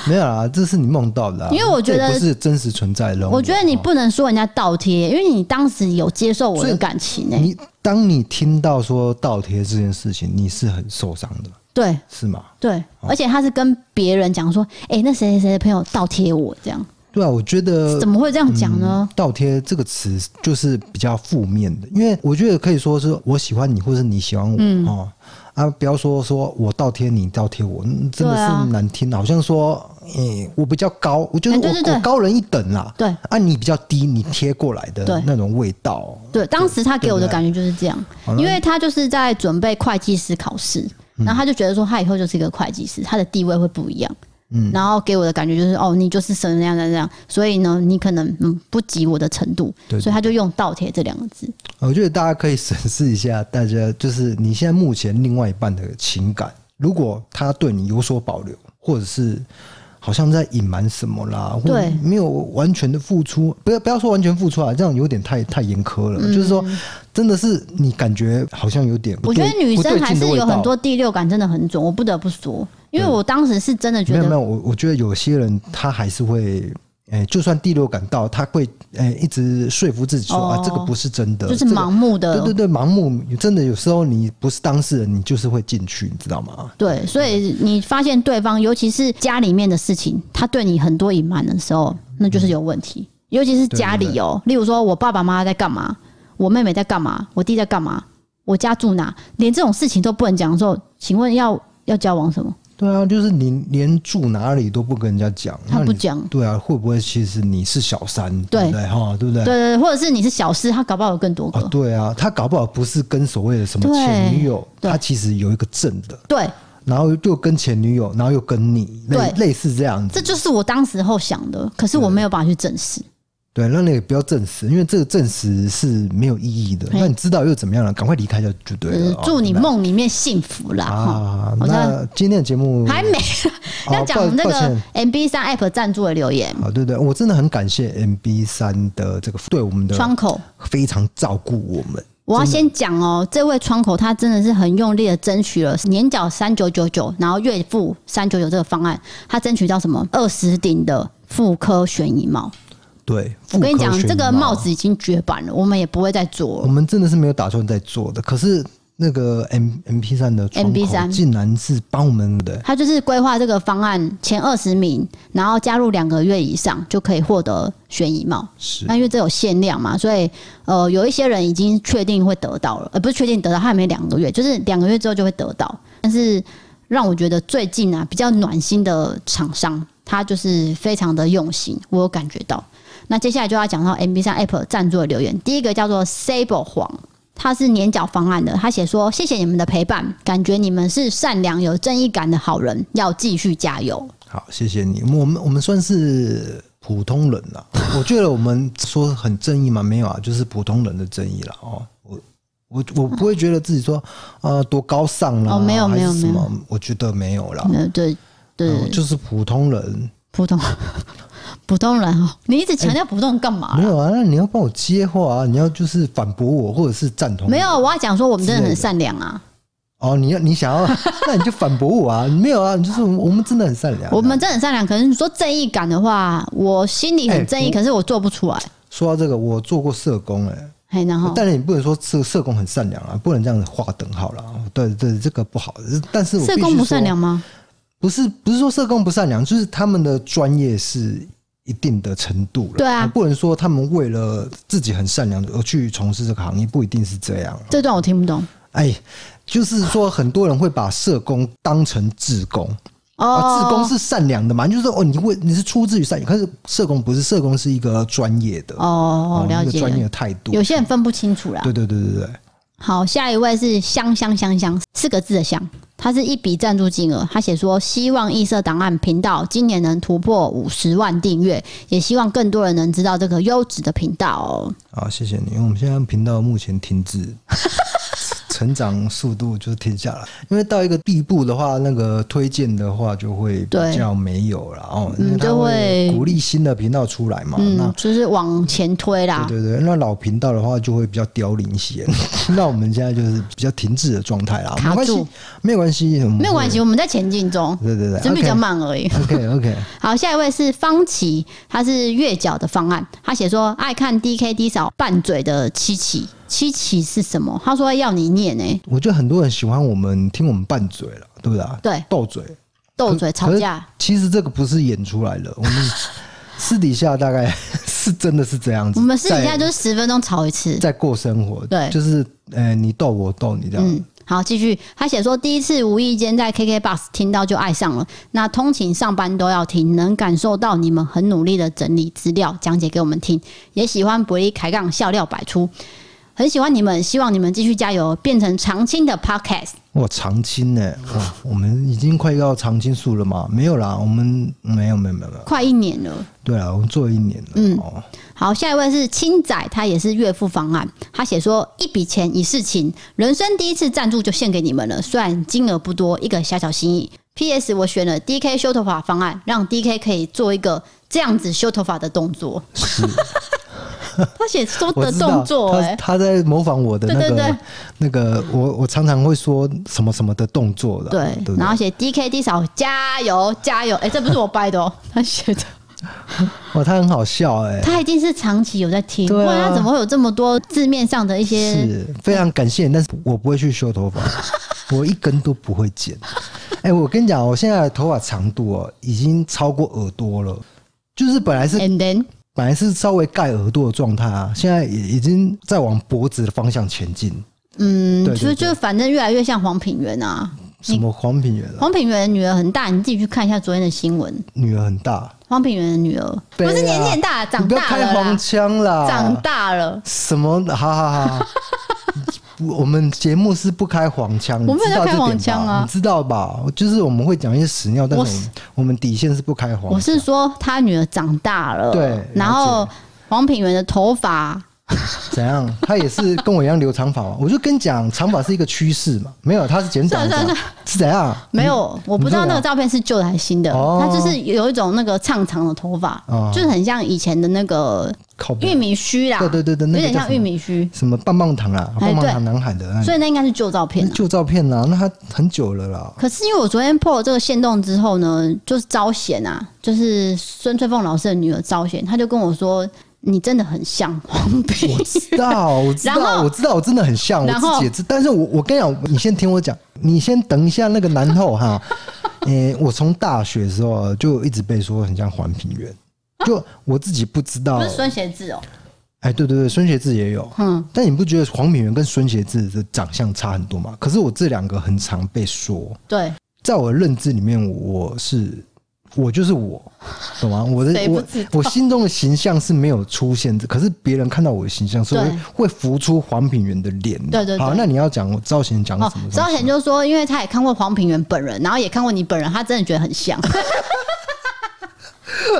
Speaker 2: 没有啦，这是你梦到的、啊，
Speaker 1: 因为我觉得
Speaker 2: 这也不是真实存在的人物。
Speaker 1: 我觉得你
Speaker 2: 哦
Speaker 1: 不能说人家倒贴，因为你当时有接受我
Speaker 2: 所
Speaker 1: 的
Speaker 2: 以
Speaker 1: 感情欸呢、
Speaker 2: 你当你听到说倒贴这件事情，你是很受伤的，
Speaker 1: 对
Speaker 2: 是吗？
Speaker 1: 对，
Speaker 2: 哦
Speaker 1: 而且他是跟别人讲说，哎、那谁谁谁的朋友倒贴我这样，
Speaker 2: 对啊，我觉得
Speaker 1: 怎么会这样讲呢？
Speaker 2: 倒贴这个词就是比较负面的，因为我觉得可以说是我喜欢你，或是你喜欢我、
Speaker 1: 嗯
Speaker 2: 哦啊，不要说说我倒贴你，倒贴我，嗯真的
Speaker 1: 对啊
Speaker 2: 是难听的，好像说，诶、我比较高，我就是
Speaker 1: 哎
Speaker 2: 我、
Speaker 1: 对对对
Speaker 2: 我高人一等啦，
Speaker 1: 对
Speaker 2: 啊，你比较低，你贴过来的
Speaker 1: 对
Speaker 2: 那种味道哦，
Speaker 1: 对，当时他给我的感觉就是这样，
Speaker 2: 好了嗯
Speaker 1: 因为他就是在准备会计师考试，然后他就觉得说他以后就是一个会计师，他的地位会不一样。嗯，然后给我的感觉就是哦，你就是什么样的这样，所以呢，你可能嗯不及我的程度，
Speaker 2: 对对
Speaker 1: 所以他就用倒贴这两个字。
Speaker 2: 我觉得大家可以审视一下，大家就是你现在目前另外一半的情感，如果他对你有所保留，或者是好像在隐瞒什么啦，或
Speaker 1: 对
Speaker 2: 没有完全的付出，不要不要说完全付出啊，这样有点太太严苛了。就是说，真的是你感觉好像有点
Speaker 1: 嗯
Speaker 2: 不
Speaker 1: 我觉
Speaker 2: 对，
Speaker 1: 得女
Speaker 2: 不对
Speaker 1: 生
Speaker 2: 劲
Speaker 1: 还
Speaker 2: 的
Speaker 1: 是
Speaker 2: 味
Speaker 1: 有
Speaker 2: 道
Speaker 1: 很多第六感真的很准，我不得不说，因为我当时是真的觉
Speaker 2: 没有没
Speaker 1: 得
Speaker 2: 有，我我觉得有些人他还是会。哎、就算第六感到，他会哎、一直说服自己说、
Speaker 1: 哦
Speaker 2: 啊，这个不是真的，
Speaker 1: 就是
Speaker 2: 这个
Speaker 1: 盲目的，
Speaker 2: 对对对，盲目真的有时候你不是当事人，你就是会进去，你知道吗？
Speaker 1: 对，所以你发现对方，尤其是家里面的事情，他对你很多隐瞒的时候，那就是有问题。尤其是家里哦、例如说我爸爸妈妈在干嘛，我妹妹在干嘛，我弟在干嘛，我家住哪，连这种事情都不能讲的时候，请问要要交往什么？
Speaker 2: 对啊，就是你连住哪里都不跟人家讲，
Speaker 1: 他
Speaker 2: 那
Speaker 1: 不
Speaker 2: 你
Speaker 1: 讲
Speaker 2: 对啊，会不会其实你是小三，
Speaker 1: 对
Speaker 2: 对不对？哈，对不对？
Speaker 1: 对对对，或者是你是小事，他搞不好有更多个。
Speaker 2: 啊，对啊，他搞不好不是跟所谓的什么前女友，
Speaker 1: 对对
Speaker 2: 他其实有一个正的，
Speaker 1: 对，
Speaker 2: 然后又跟前女友，然后又跟你，类
Speaker 1: 对
Speaker 2: 类似这样
Speaker 1: 这
Speaker 2: 子。
Speaker 1: 就是我当时候想的，可是我没有办法去证实。
Speaker 2: 对，那你也不要证实，因为这个证实是没有意义的。
Speaker 1: 嘿
Speaker 2: 那你知道又怎么样了？赶快离开就就对
Speaker 1: 就是
Speaker 2: 了。哦
Speaker 1: 祝你
Speaker 2: 对不对
Speaker 1: 梦里面幸福啦！哈、
Speaker 2: 啊！
Speaker 1: 我在
Speaker 2: 那今天的节目
Speaker 1: 还没
Speaker 2: 哦
Speaker 1: 要
Speaker 2: 抱
Speaker 1: 讲那
Speaker 2: 抱
Speaker 1: 个
Speaker 2: 歉
Speaker 1: MB 三 App 赞助的留言。
Speaker 2: 好，啊对对，我真的很感谢 MB 三的这个对我们的
Speaker 1: 窗口，
Speaker 2: 非常照顾我们。
Speaker 1: 我要先讲哦，这位窗口他真的是很用力的争取了年缴三九九九，然后月付三九九这个方案，他争取到什么二十顶的妇科悬疑帽。
Speaker 2: 对，
Speaker 1: 我跟你
Speaker 2: 妇
Speaker 1: 讲
Speaker 2: 科，学
Speaker 1: 这个
Speaker 2: 礼貌
Speaker 1: 帽子已经绝版了，我们也不会再做
Speaker 2: 我
Speaker 1: 了。
Speaker 2: 们真的是没有打算再做的。可是那个 M MP 三的窗口
Speaker 1: MP3
Speaker 2: 竟然是帮我们的，
Speaker 1: 他就是规划这个方案前二十名，然后加入两个月以上就可以获得悬疑帽。
Speaker 2: 是
Speaker 1: 那因为这有限量嘛，所以呃，有一些人已经确定会得到了，呃，不是确定得到，他还没两个月，就是两个月之后就会得到。但是让我觉得最近啊比较暖心的厂商，他就是非常的用心，我有感觉到。那接下来就要讲到 MB 三 App 赞助的留言，第一个叫做 Sable 黄。他是年缴方案的，他写说：“谢谢你们的陪伴，感觉你们是善良有正义感的好人，要继续加油。
Speaker 2: 好，谢谢你。我们我们算是普通人啦，我觉得我们说很正义嘛，没有啊，就是普通人的正义啦。哦。我我我不会觉得自己说啊、呃多高尚啦，
Speaker 1: 哦没有
Speaker 2: 还是
Speaker 1: 没有
Speaker 2: 什
Speaker 1: 没有
Speaker 2: 么，我觉得没有啦，
Speaker 1: 嗯，对对，
Speaker 2: 嗯就是普通人。
Speaker 1: 普 通普通人哦，你一直强调普通人干嘛
Speaker 2: 没
Speaker 1: 啦、
Speaker 2: 有啊，那你要帮我接话啊，你要就是反驳我，或者是赞同我。
Speaker 1: 没有，啊我要讲说我们真的很善良啊，
Speaker 2: 哦，你要你想要， 那你就反驳我啊，没有啊，你就是我们真的很善良、啊
Speaker 1: 我们真的很善良。可是你说正义感的话，我心里很正义，
Speaker 2: 哎
Speaker 1: 可是我做不出来。
Speaker 2: 说到这个，我做过社工哎、
Speaker 1: 嘿，然后
Speaker 2: 但你不能说社社工很善良啊，不能这样子划等号啦。对对，这个不好。但是我
Speaker 1: 社
Speaker 2: 必须
Speaker 1: 工不
Speaker 2: 说
Speaker 1: 善良，吗？
Speaker 2: 不是不是说社工不善良，就是他们的专业是一定的程度了。
Speaker 1: 对啊
Speaker 2: 不能说他们为了自己很善良而去从事这个行业，不一定是这样。
Speaker 1: 这段我听不懂。
Speaker 2: 哎，就是说很多人会把社工当成志工。啊，
Speaker 1: 哦，
Speaker 2: 志工是善良的嘛？就是说，哦，你会你是出自于善良，可是社工不是，社工是一个专业的
Speaker 1: 哦，了
Speaker 2: 一个
Speaker 1: 解
Speaker 2: 专业
Speaker 1: 了。
Speaker 2: 的态度。
Speaker 1: 有些人分不清楚啦。
Speaker 2: 对对对对对，
Speaker 1: 好，下一位是香香香香四个字的香，它是一笔赞助金额。他写说，希望异色档案频道今年能突破五十万订阅，也希望更多人能知道这个优质的频道哦。
Speaker 2: 好，谢谢你。因为我们现在频道目前停滞， 成长速度就是停下来，因为到一个地步的话，那个推荐的话就会
Speaker 1: 对
Speaker 2: 比较没有了哦，
Speaker 1: 嗯
Speaker 2: 因为它
Speaker 1: 就会
Speaker 2: 会鼓励新的频道出来嘛，那
Speaker 1: 嗯，就是往前推啦。
Speaker 2: 对对对，那老频道的话就会比较凋零 一些。那我们现在就是比较停滞的状态啦，
Speaker 1: 卡
Speaker 2: 没关
Speaker 1: 住
Speaker 2: 系，没有关系，我们
Speaker 1: 没有关系，我们在前进中，
Speaker 2: 会。对对对，
Speaker 1: 只是比较慢而已。
Speaker 2: OK OK，
Speaker 1: 好，下一位是方琦，他是月缴的方案，他写说爱看 DK D 嫂拌嘴的七七，七七是什么？他说要你念欸诶、
Speaker 2: 我觉得很多人喜欢我们听我们拌嘴了，对不对啊？
Speaker 1: 对，
Speaker 2: 斗嘴，
Speaker 1: 斗嘴
Speaker 2: 可
Speaker 1: 吵架，。
Speaker 2: 可是其实这个不是演出来的，我们私底下大概 是真的是这样子。
Speaker 1: 我们私底下
Speaker 2: 在
Speaker 1: 就是十分钟吵一次。
Speaker 2: 在过生活，
Speaker 1: 对
Speaker 2: 就是呃，你斗我斗你这样。
Speaker 1: 嗯，好，继续。他写说，第一次无意间在 KK Bus 听到就爱上了，那通勤上班都要听，能感受到你们很努力的整理资料，讲解给我们听，也喜欢伯利开杠，笑料百出，很喜欢你们，希望你们继续加油，变成常青的 Podcast。
Speaker 2: 哇，常青呢、哇，我们已经快要常青树了嘛？没有啦，我们没有没有没有没有。
Speaker 1: 快一年了。
Speaker 2: 对啊，我们做了一年了。
Speaker 1: 嗯
Speaker 2: 哦，
Speaker 1: 好，下一位是青仔，他也是岳父方案。他写说一笔钱一事情，人生第一次赞助就献给你们了，虽然金额不多，一个小小心意。P.S. 我选了 D.K. 修头发方案，让 D.K. 可以做一个这样子修头发的动作。
Speaker 2: 是
Speaker 1: 他写说
Speaker 2: 我
Speaker 1: 的
Speaker 2: 知道
Speaker 1: 动作、
Speaker 2: 他
Speaker 1: 欸，
Speaker 2: 他在模仿我的那个
Speaker 1: 对对对
Speaker 2: 那个，我我常常会说什么什么的动作的，
Speaker 1: 对
Speaker 2: 对，不
Speaker 1: 然后写 D.K. D 嫂加油加油，哎、这不是我掰 的哦、他写的，
Speaker 2: 哇，他很好笑哎、
Speaker 1: 他一定是长期有在听，不
Speaker 2: 对啊
Speaker 1: 然他怎么会有这么多字面上的一些
Speaker 2: 是非常感谢你，但是我不会去 修头发，我一根都不会剪。哎、我跟你讲，我现在的头发长度哦，已经超过耳朵了，就是本来是
Speaker 1: and then
Speaker 2: 本来是稍微盖耳朵的状态啊，现在已已经在往脖子的方向前进。
Speaker 1: 嗯，
Speaker 2: 对对
Speaker 1: 就
Speaker 2: 对
Speaker 1: 就反正越来越像黄品源啊。
Speaker 2: 什么黄品源、啊，
Speaker 1: 黄品源的女儿很大，你自己去看一下昨天的新闻。
Speaker 2: 女儿很大，
Speaker 1: 黄品源的女儿不
Speaker 2: 对啊
Speaker 1: 是年纪很大，长
Speaker 2: 你不要
Speaker 1: 大
Speaker 2: 开
Speaker 1: 了啦
Speaker 2: 黄，腔啦，
Speaker 1: 长大了。
Speaker 2: 什么？好 好好，不我们节目是不开黄腔，
Speaker 1: 我们没有
Speaker 2: 你知道
Speaker 1: 在开
Speaker 2: 这点
Speaker 1: 黄腔啊
Speaker 2: 吧你知道吧？就是我们会讲一些屎尿，但
Speaker 1: 我
Speaker 2: 是我们我们底线是不开黄腔。
Speaker 1: 我是说她女儿长大了，
Speaker 2: 对了解
Speaker 1: 然后黄品源的头发，
Speaker 2: 怎样？他也是跟我一样留长 发嘛？我就跟你讲，长发是一个趋势嘛。没有，他是减短
Speaker 1: 算了
Speaker 2: 发，是怎样？
Speaker 1: 没有，我不知道那个照片是旧的还是新的，
Speaker 2: 哦
Speaker 1: 她就是有一种那个长长的头发，
Speaker 2: 哦
Speaker 1: 就是很像以前的那个
Speaker 2: 靠背
Speaker 1: 玉米须啦，
Speaker 2: 对对对对那
Speaker 1: 有
Speaker 2: 个
Speaker 1: 点
Speaker 2: 叫
Speaker 1: 像
Speaker 2: 什
Speaker 1: 玉
Speaker 2: 么嗯
Speaker 1: 米须，
Speaker 2: 什么棒棒糖啊，
Speaker 1: 哎
Speaker 2: 棒棒
Speaker 1: 对
Speaker 2: 糖男孩的那
Speaker 1: 所以那应该是旧照片
Speaker 2: 那
Speaker 1: 啊。
Speaker 2: 旧照片啊，那他很久了啦。
Speaker 1: 可是因为我昨天破了这个线动之后呢，就是招贤啊，就是孙翠凤老师的女儿招贤，她就跟我说：“你真的很像黄 斌。
Speaker 2: 知道，我知
Speaker 1: 然后
Speaker 2: 道，我知道，我真的很像，我
Speaker 1: 然后
Speaker 2: 自己也知。但是我我跟你讲，你先听我讲，你先等一下那个男后哈。 诶、我从大学的时候啊就一直被说很像黄平原，就我自己不知道
Speaker 1: 哦不。是孙协志哦，
Speaker 2: 哎，对对对，孙学志也有。
Speaker 1: 嗯，
Speaker 2: 但你不觉得黄品源跟孙协志的长相差很多吗？可是我这两个很常被说，
Speaker 1: 对，
Speaker 2: 在我的认知里面，我是我就是我，懂吗？我的
Speaker 1: 谁不
Speaker 2: 我
Speaker 1: 知道
Speaker 2: 我心中的形象是没有出现的，可是别人看到我的形象是会
Speaker 1: 对
Speaker 2: 会浮出黄品源的脸的。
Speaker 1: 对对对
Speaker 2: 好，那你要讲我赵贤讲
Speaker 1: 哦
Speaker 2: 什么？，
Speaker 1: 招贤就说，因为他也看过黄平原本人，然后也看过你本人，他真的觉得很 像。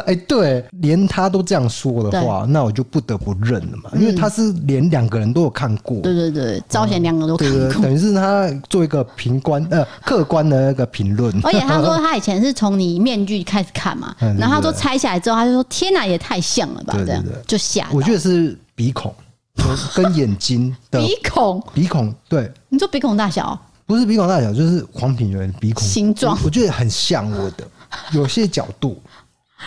Speaker 2: 哎、对，连他都这样说的话，那我就不得不认了嘛，因为他是连两个人都有看过。
Speaker 1: 嗯对对对，招贤两个都看
Speaker 2: 对
Speaker 1: 过。
Speaker 2: 对，对等于是他做一个评观呃客观的那个评论，
Speaker 1: 而且哦他说他以前是从你面具开始看嘛，
Speaker 2: 嗯对
Speaker 1: 然后他
Speaker 2: 对
Speaker 1: 说拆下来之后，他就说：“天哪，也太像了吧！”
Speaker 2: 对对
Speaker 1: 这样
Speaker 2: 对
Speaker 1: 就吓到。
Speaker 2: 我觉得是鼻孔跟跟眼睛的
Speaker 1: 鼻孔，
Speaker 2: 鼻孔，对，
Speaker 1: 你说鼻孔大小哦，
Speaker 2: 不是鼻孔大小，就是黄品源鼻孔
Speaker 1: 形状
Speaker 2: 我我觉得很像我 的，有些角度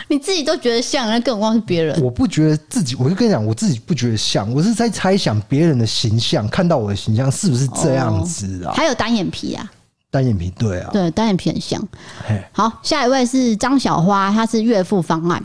Speaker 1: 你自己都觉得像，那更何况是别人？
Speaker 2: 我不觉得自己，我就跟你讲，我自己不觉得像，我是在猜想别人的形象，看到我的形象是不是这样子啊？
Speaker 1: 还有单眼皮啊，
Speaker 2: 单眼皮对啊，
Speaker 1: 哦对，单眼皮很像。
Speaker 2: 嘿
Speaker 1: 好，下一位是张小花，她是岳父方案。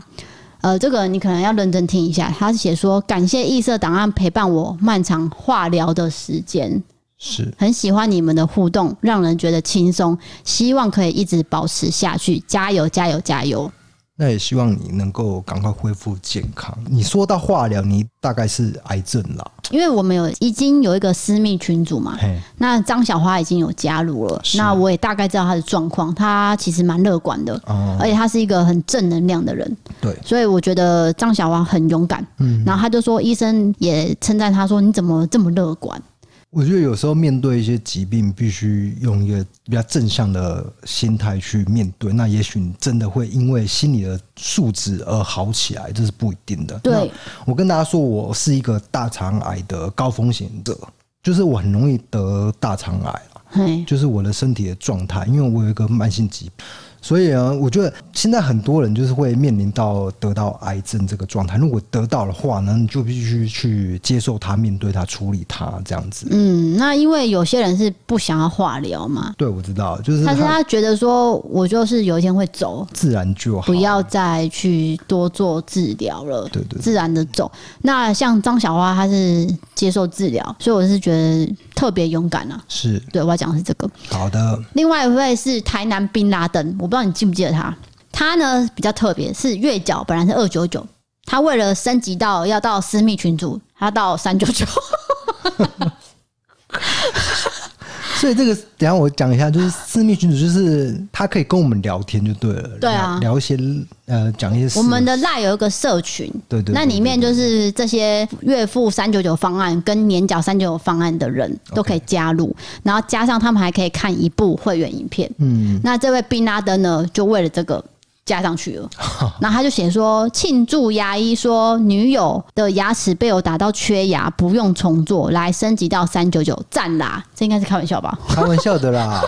Speaker 1: 呃，这个你可能要认真听一下。她是写说，感谢异色档案陪伴我漫长化疗的时间，
Speaker 2: 是
Speaker 1: 很喜欢你们的互动，让人觉得轻松，希望可以一直保持下去，加油加油加油！
Speaker 2: 那也希望你能够赶快恢复健康。你说到化疗，你大概是癌症啦，
Speaker 1: 因为我们有已经有一个私密群组嘛，
Speaker 2: 嘿，
Speaker 1: 那张小花已经有加入了，
Speaker 2: 是
Speaker 1: 那我也大概知道她的状况，她其实蛮乐观的，
Speaker 2: 哦、
Speaker 1: 而且她是一个很正能量的人，
Speaker 2: 对，
Speaker 1: 所以我觉得张小华很勇敢。
Speaker 2: 嗯
Speaker 1: 然后他就说，医生也称赞他说：“你怎么这么乐观？”
Speaker 2: 我觉得有时候面对一些疾病，必须用一个比较正向的心态去面对。那也许你真的会因为心理的素质而好起来，这是不一定的。
Speaker 1: 对，
Speaker 2: 我跟大家说，我是一个大肠癌的高风险者，就是我很容易得大肠癌啊
Speaker 1: 嘿，
Speaker 2: 就是我的身体的状态，因为我有一个慢性疾病。所以啊，我觉得现在很多人就是会面临到得到癌症这个状态。如果得到的话呢，你就必须去接受它、面对它、处理它这样子。
Speaker 1: 嗯，那因为有些人是不想要化疗嘛，
Speaker 2: 对，我知道，就是
Speaker 1: 但是他
Speaker 2: 它
Speaker 1: 觉得说，我就是有一天会走，
Speaker 2: 自然就好。
Speaker 1: 不要再去多做治疗了，
Speaker 2: 对对对
Speaker 1: 自然的走。那像张小花，她是接受治疗，所以我是觉得特别勇敢啊。
Speaker 2: 是
Speaker 1: 对，我要讲的是这个。
Speaker 2: 好的，
Speaker 1: 另外一位是台南宾拉登，我不知道你记不记得他。他呢比较特别，是月缴本来是二九九，他为了升级到要到私密群组，他到三九九。
Speaker 2: 所以这个等一下我讲一下，就是私密群主，就是他可以跟我们聊天就对了，
Speaker 1: 对啊
Speaker 2: 聊聊一些呃，讲一些事
Speaker 1: 我们的赖有一个社群，
Speaker 2: 对对对
Speaker 1: 那里面就是这些月付三九九方案跟年缴三九九方案的人都可以加入然后加上他们还可以看一部会员影片。
Speaker 2: 嗯，
Speaker 1: 那这位宾拉登呢，就为了这个加上去 了，然后他就写说庆祝牙医说女友的牙齿被我打到缺牙，不用重做，来升级到三九九，赞啦！这应该是开玩笑吧？
Speaker 2: 开玩笑 的啦。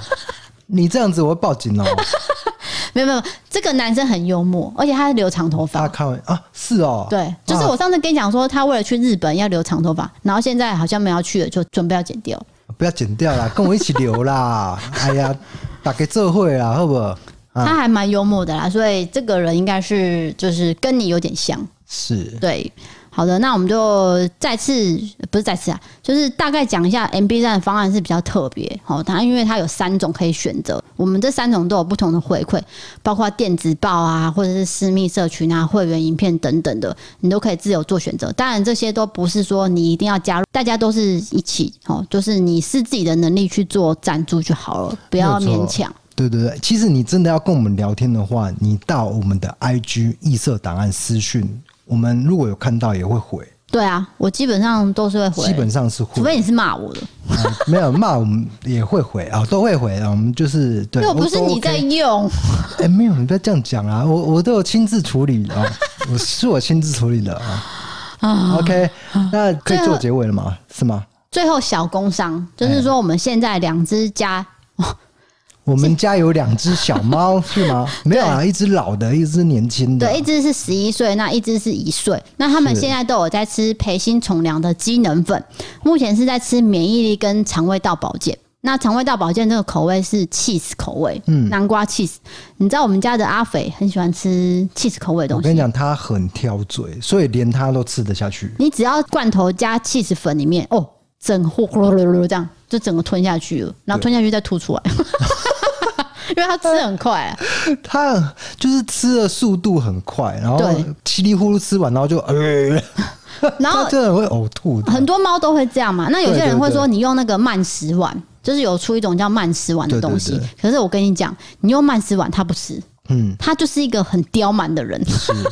Speaker 2: 你这样子我会报警哦、
Speaker 1: 没有没有，这个男生很幽默，而且他留长头发
Speaker 2: 他，开玩啊，是哦、
Speaker 1: 对，就是我上次跟你讲说，他为了去日本要留长头发，然后现在好像没有要去了，就准备要剪掉。
Speaker 2: 我啊不要剪掉啦，跟我一起留 啦。哎呀，打给这会啦，好不好？啊
Speaker 1: 他还蛮幽默的啦，所以这个人应该是就是跟你有点像。
Speaker 2: 是
Speaker 1: 对，好的，那我们就再次不是再次啊，就是大概讲一下 MB 站的方案是比较特别。好，它因为它有三种可以选择，我们这三种都有不同的回馈，包括电子报啊，或者是私密社群啊、会员影片等等的，你都可以自由做选择。当然，这些都不是说你一定要加入，大家都是一起哦，就是你是自己的能力去做赞助就好了，不要
Speaker 2: 没有错
Speaker 1: 勉强。
Speaker 2: 对对对，其实你真的要跟我们聊天的话，你到我们的 IG 异色档案私讯，我们如果有看到也会回，
Speaker 1: 对啊，我基本上都是会回，
Speaker 2: 基本上是
Speaker 1: 除
Speaker 2: 会。
Speaker 1: 非你是骂我的，
Speaker 2: 啊没有骂我们也会回啊，都会回啊。我们就是对，
Speaker 1: 又不是
Speaker 2: 都
Speaker 1: 你在
Speaker 2: OK
Speaker 1: 用。
Speaker 2: 哎、没有，你不要这样讲啊！我我都有亲自处理啊， 我是我亲自处理的啊。OK，那
Speaker 1: 啊
Speaker 2: 可以
Speaker 1: 最后
Speaker 2: 做结尾了吗？是吗？
Speaker 1: 最后小工商就是说，我们现在两只家
Speaker 2: 哎我们家有两只小猫，是吗？没有啊，一只老的，一只年轻的。
Speaker 1: 对，一只是十一岁，那一只是一岁。那他们
Speaker 2: 是
Speaker 1: 现在都有在吃培新宠粮的机能粉，目前是在吃免疫力跟肠胃道保健。那肠胃道保健这个口味是 cheese 口味，嗯，南瓜 cheese。你知道我们家的阿肥很喜欢吃 cheese 口味的
Speaker 2: 我
Speaker 1: 东
Speaker 2: 跟你
Speaker 1: 西，
Speaker 2: 讲，它很挑嘴，所以连它都吃得下去。
Speaker 1: 你只要罐头加 cheese 粉里面，哦，整呼噜噜噜这样就整个吞下去了，然后吞下去再吐出来， 因为它吃得很快、 啊。
Speaker 2: 它就是吃的速度很快，然后
Speaker 1: 对
Speaker 2: 稀里呼噜吃完，然后就呃，
Speaker 1: 然后
Speaker 2: 它 真的会呕吐的。
Speaker 1: 很多猫都会这样嘛。那有些
Speaker 2: 对对
Speaker 1: 人会
Speaker 2: 对
Speaker 1: 说，你用那个慢食碗，就是有出一种叫慢食碗的
Speaker 2: 对对
Speaker 1: 东西。
Speaker 2: 对
Speaker 1: 可是我跟你讲，你用慢食碗，它不吃，
Speaker 2: 嗯，
Speaker 1: 它就是一个很刁蛮的人，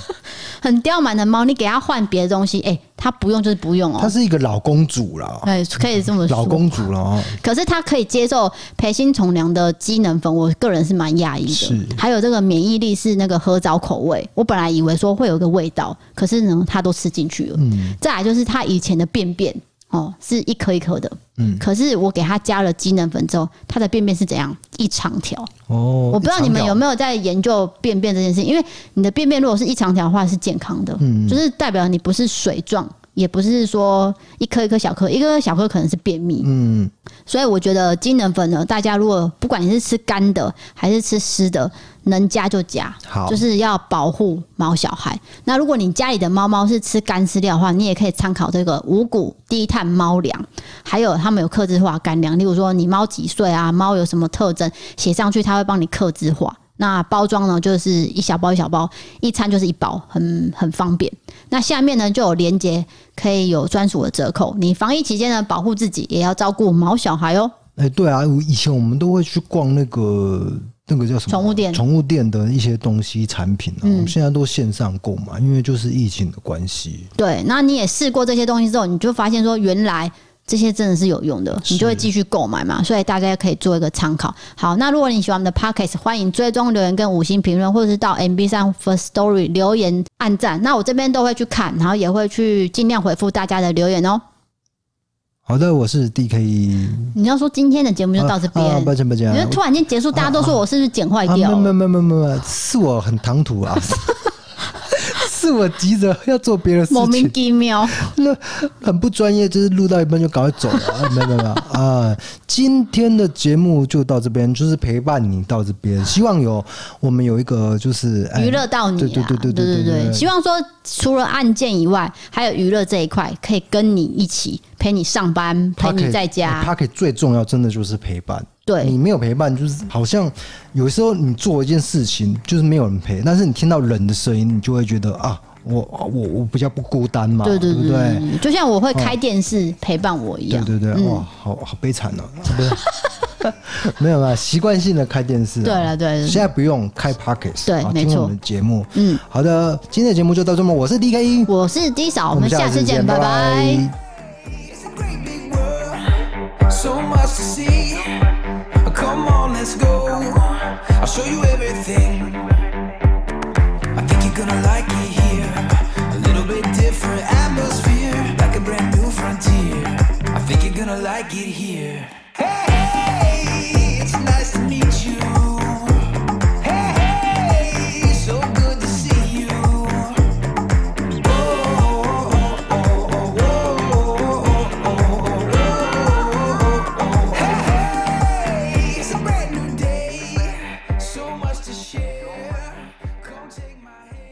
Speaker 1: 很刁蛮的猫。你给它换别的东西，哎、它不用就是不用
Speaker 2: 它
Speaker 1: 哦。
Speaker 2: 是一个老公主了，
Speaker 1: 对，可以这么说。
Speaker 2: 老公主了哦。
Speaker 1: 可是它可以接受培新从良的机能粉，我个人是蛮讶异
Speaker 2: 是
Speaker 1: 的。还有这个免疫力是那个合枣口味，我本来以为说会有一个味道，可是呢，它都吃进去了。
Speaker 2: 嗯
Speaker 1: 再来就是它以前的便便哦，是一颗一颗的，
Speaker 2: 嗯
Speaker 1: 可是我给它加了机能粉之后，它的便便是怎样一长条？
Speaker 2: 哦，
Speaker 1: 我不知道你们有没有在研究便便这件事，因为你的便便如果是一长条的话是健康的，
Speaker 2: 嗯
Speaker 1: 就是代表你不是水状。也不是说一颗一颗小颗，一颗小颗可能是便秘，
Speaker 2: 嗯，
Speaker 1: 所以我觉得机能粉呢，大家如果不管你是吃干的还是吃湿的，能加就加，
Speaker 2: 好
Speaker 1: 就是要保护毛小孩。那如果你家里的猫猫是吃干饲料的话，你也可以参考这个五谷低碳猫粮，还有他们有克制化干粮，例如说你猫几岁啊，猫有什么特征，写上去它会帮你克制化。那包装呢，就是一小包一小包，一餐就是一包，很很方便。那下面呢就有连接，可以有专属的折扣。你防疫期间呢，保护自己，也要照顾毛小孩哦。
Speaker 2: 哎、对啊，我以前我们都会去逛那个那个叫什么
Speaker 1: 宠物店嗯
Speaker 2: 宠物店的一些东西产品啊，我们现在都线上购买，因为就是疫情的关系。
Speaker 1: 对，那你也试过这些东西之后，你就发现说，原来这些真的是有用的，你就会继续购买嘛。所以大家可以做一个参考。好，那如果你喜欢我们的 podcast，欢迎追踪留言跟五星评论，或者是到 MB 上 First Story 留言按赞。那我这边都会去看，然后也会去尽量回复大家的留言哦。
Speaker 2: 好的，我是 D K。
Speaker 1: 你要说今天的节目就到这边，
Speaker 2: 啊，抱歉抱歉
Speaker 1: 你就
Speaker 2: 啊，
Speaker 1: 突然间结束，大家都说我是不是剪坏
Speaker 2: 啊，没
Speaker 1: 掉
Speaker 2: 有没
Speaker 1: 了？
Speaker 2: 有没有没有没有，是我很唐 突啊，是我急着要做别的事
Speaker 1: 莫名
Speaker 2: 情，
Speaker 1: 其妙，
Speaker 2: 那很不专业，就是录到一半就赶快走了， 啊、没有没有没有啊，今天的节目就到这边，就是陪伴你到这边，希望有我们有一个就是哎
Speaker 1: 娱乐到你
Speaker 2: 对
Speaker 1: 啊！
Speaker 2: 对对对
Speaker 1: 对
Speaker 2: 对对对
Speaker 1: 希望说除了案件以外，还有娱乐这一块，可以跟你一起陪你上班，陪
Speaker 2: Pocket- 哎
Speaker 1: 你在家。
Speaker 2: Pocket 最重要真的就是陪伴。你
Speaker 1: 对
Speaker 2: 没有陪伴，就是好像有时候你做一件事情，就是没有人陪，但是你听到人的声音，你就会觉得啊，我我我比较不孤单嘛，
Speaker 1: 对对
Speaker 2: 不
Speaker 1: 对
Speaker 2: 对？
Speaker 1: 对，就像我会开电视陪伴我一
Speaker 2: 对
Speaker 1: 样。嗯
Speaker 2: 对对，哇，好好悲惨哦、不是， 没有啦，习惯性的开电视、啊，
Speaker 1: 对了对了
Speaker 2: 现在不用开 Pockets，
Speaker 1: 对
Speaker 2: 啊
Speaker 1: 没
Speaker 2: 听
Speaker 1: 错
Speaker 2: 我们的节目，
Speaker 1: 嗯，
Speaker 2: 好的，今天的节目就到这么，我是 D K 一，
Speaker 1: 我是 D 嫂，我
Speaker 2: 我
Speaker 1: 们下次见，拜拜。
Speaker 3: It's a great big world, so much to see. Come on, let's go. I'll show you everything. I think you're gonna like it here. A little bit different atmosphere, like a brand new frontier. I think you're gonna like it here. Oh, oh,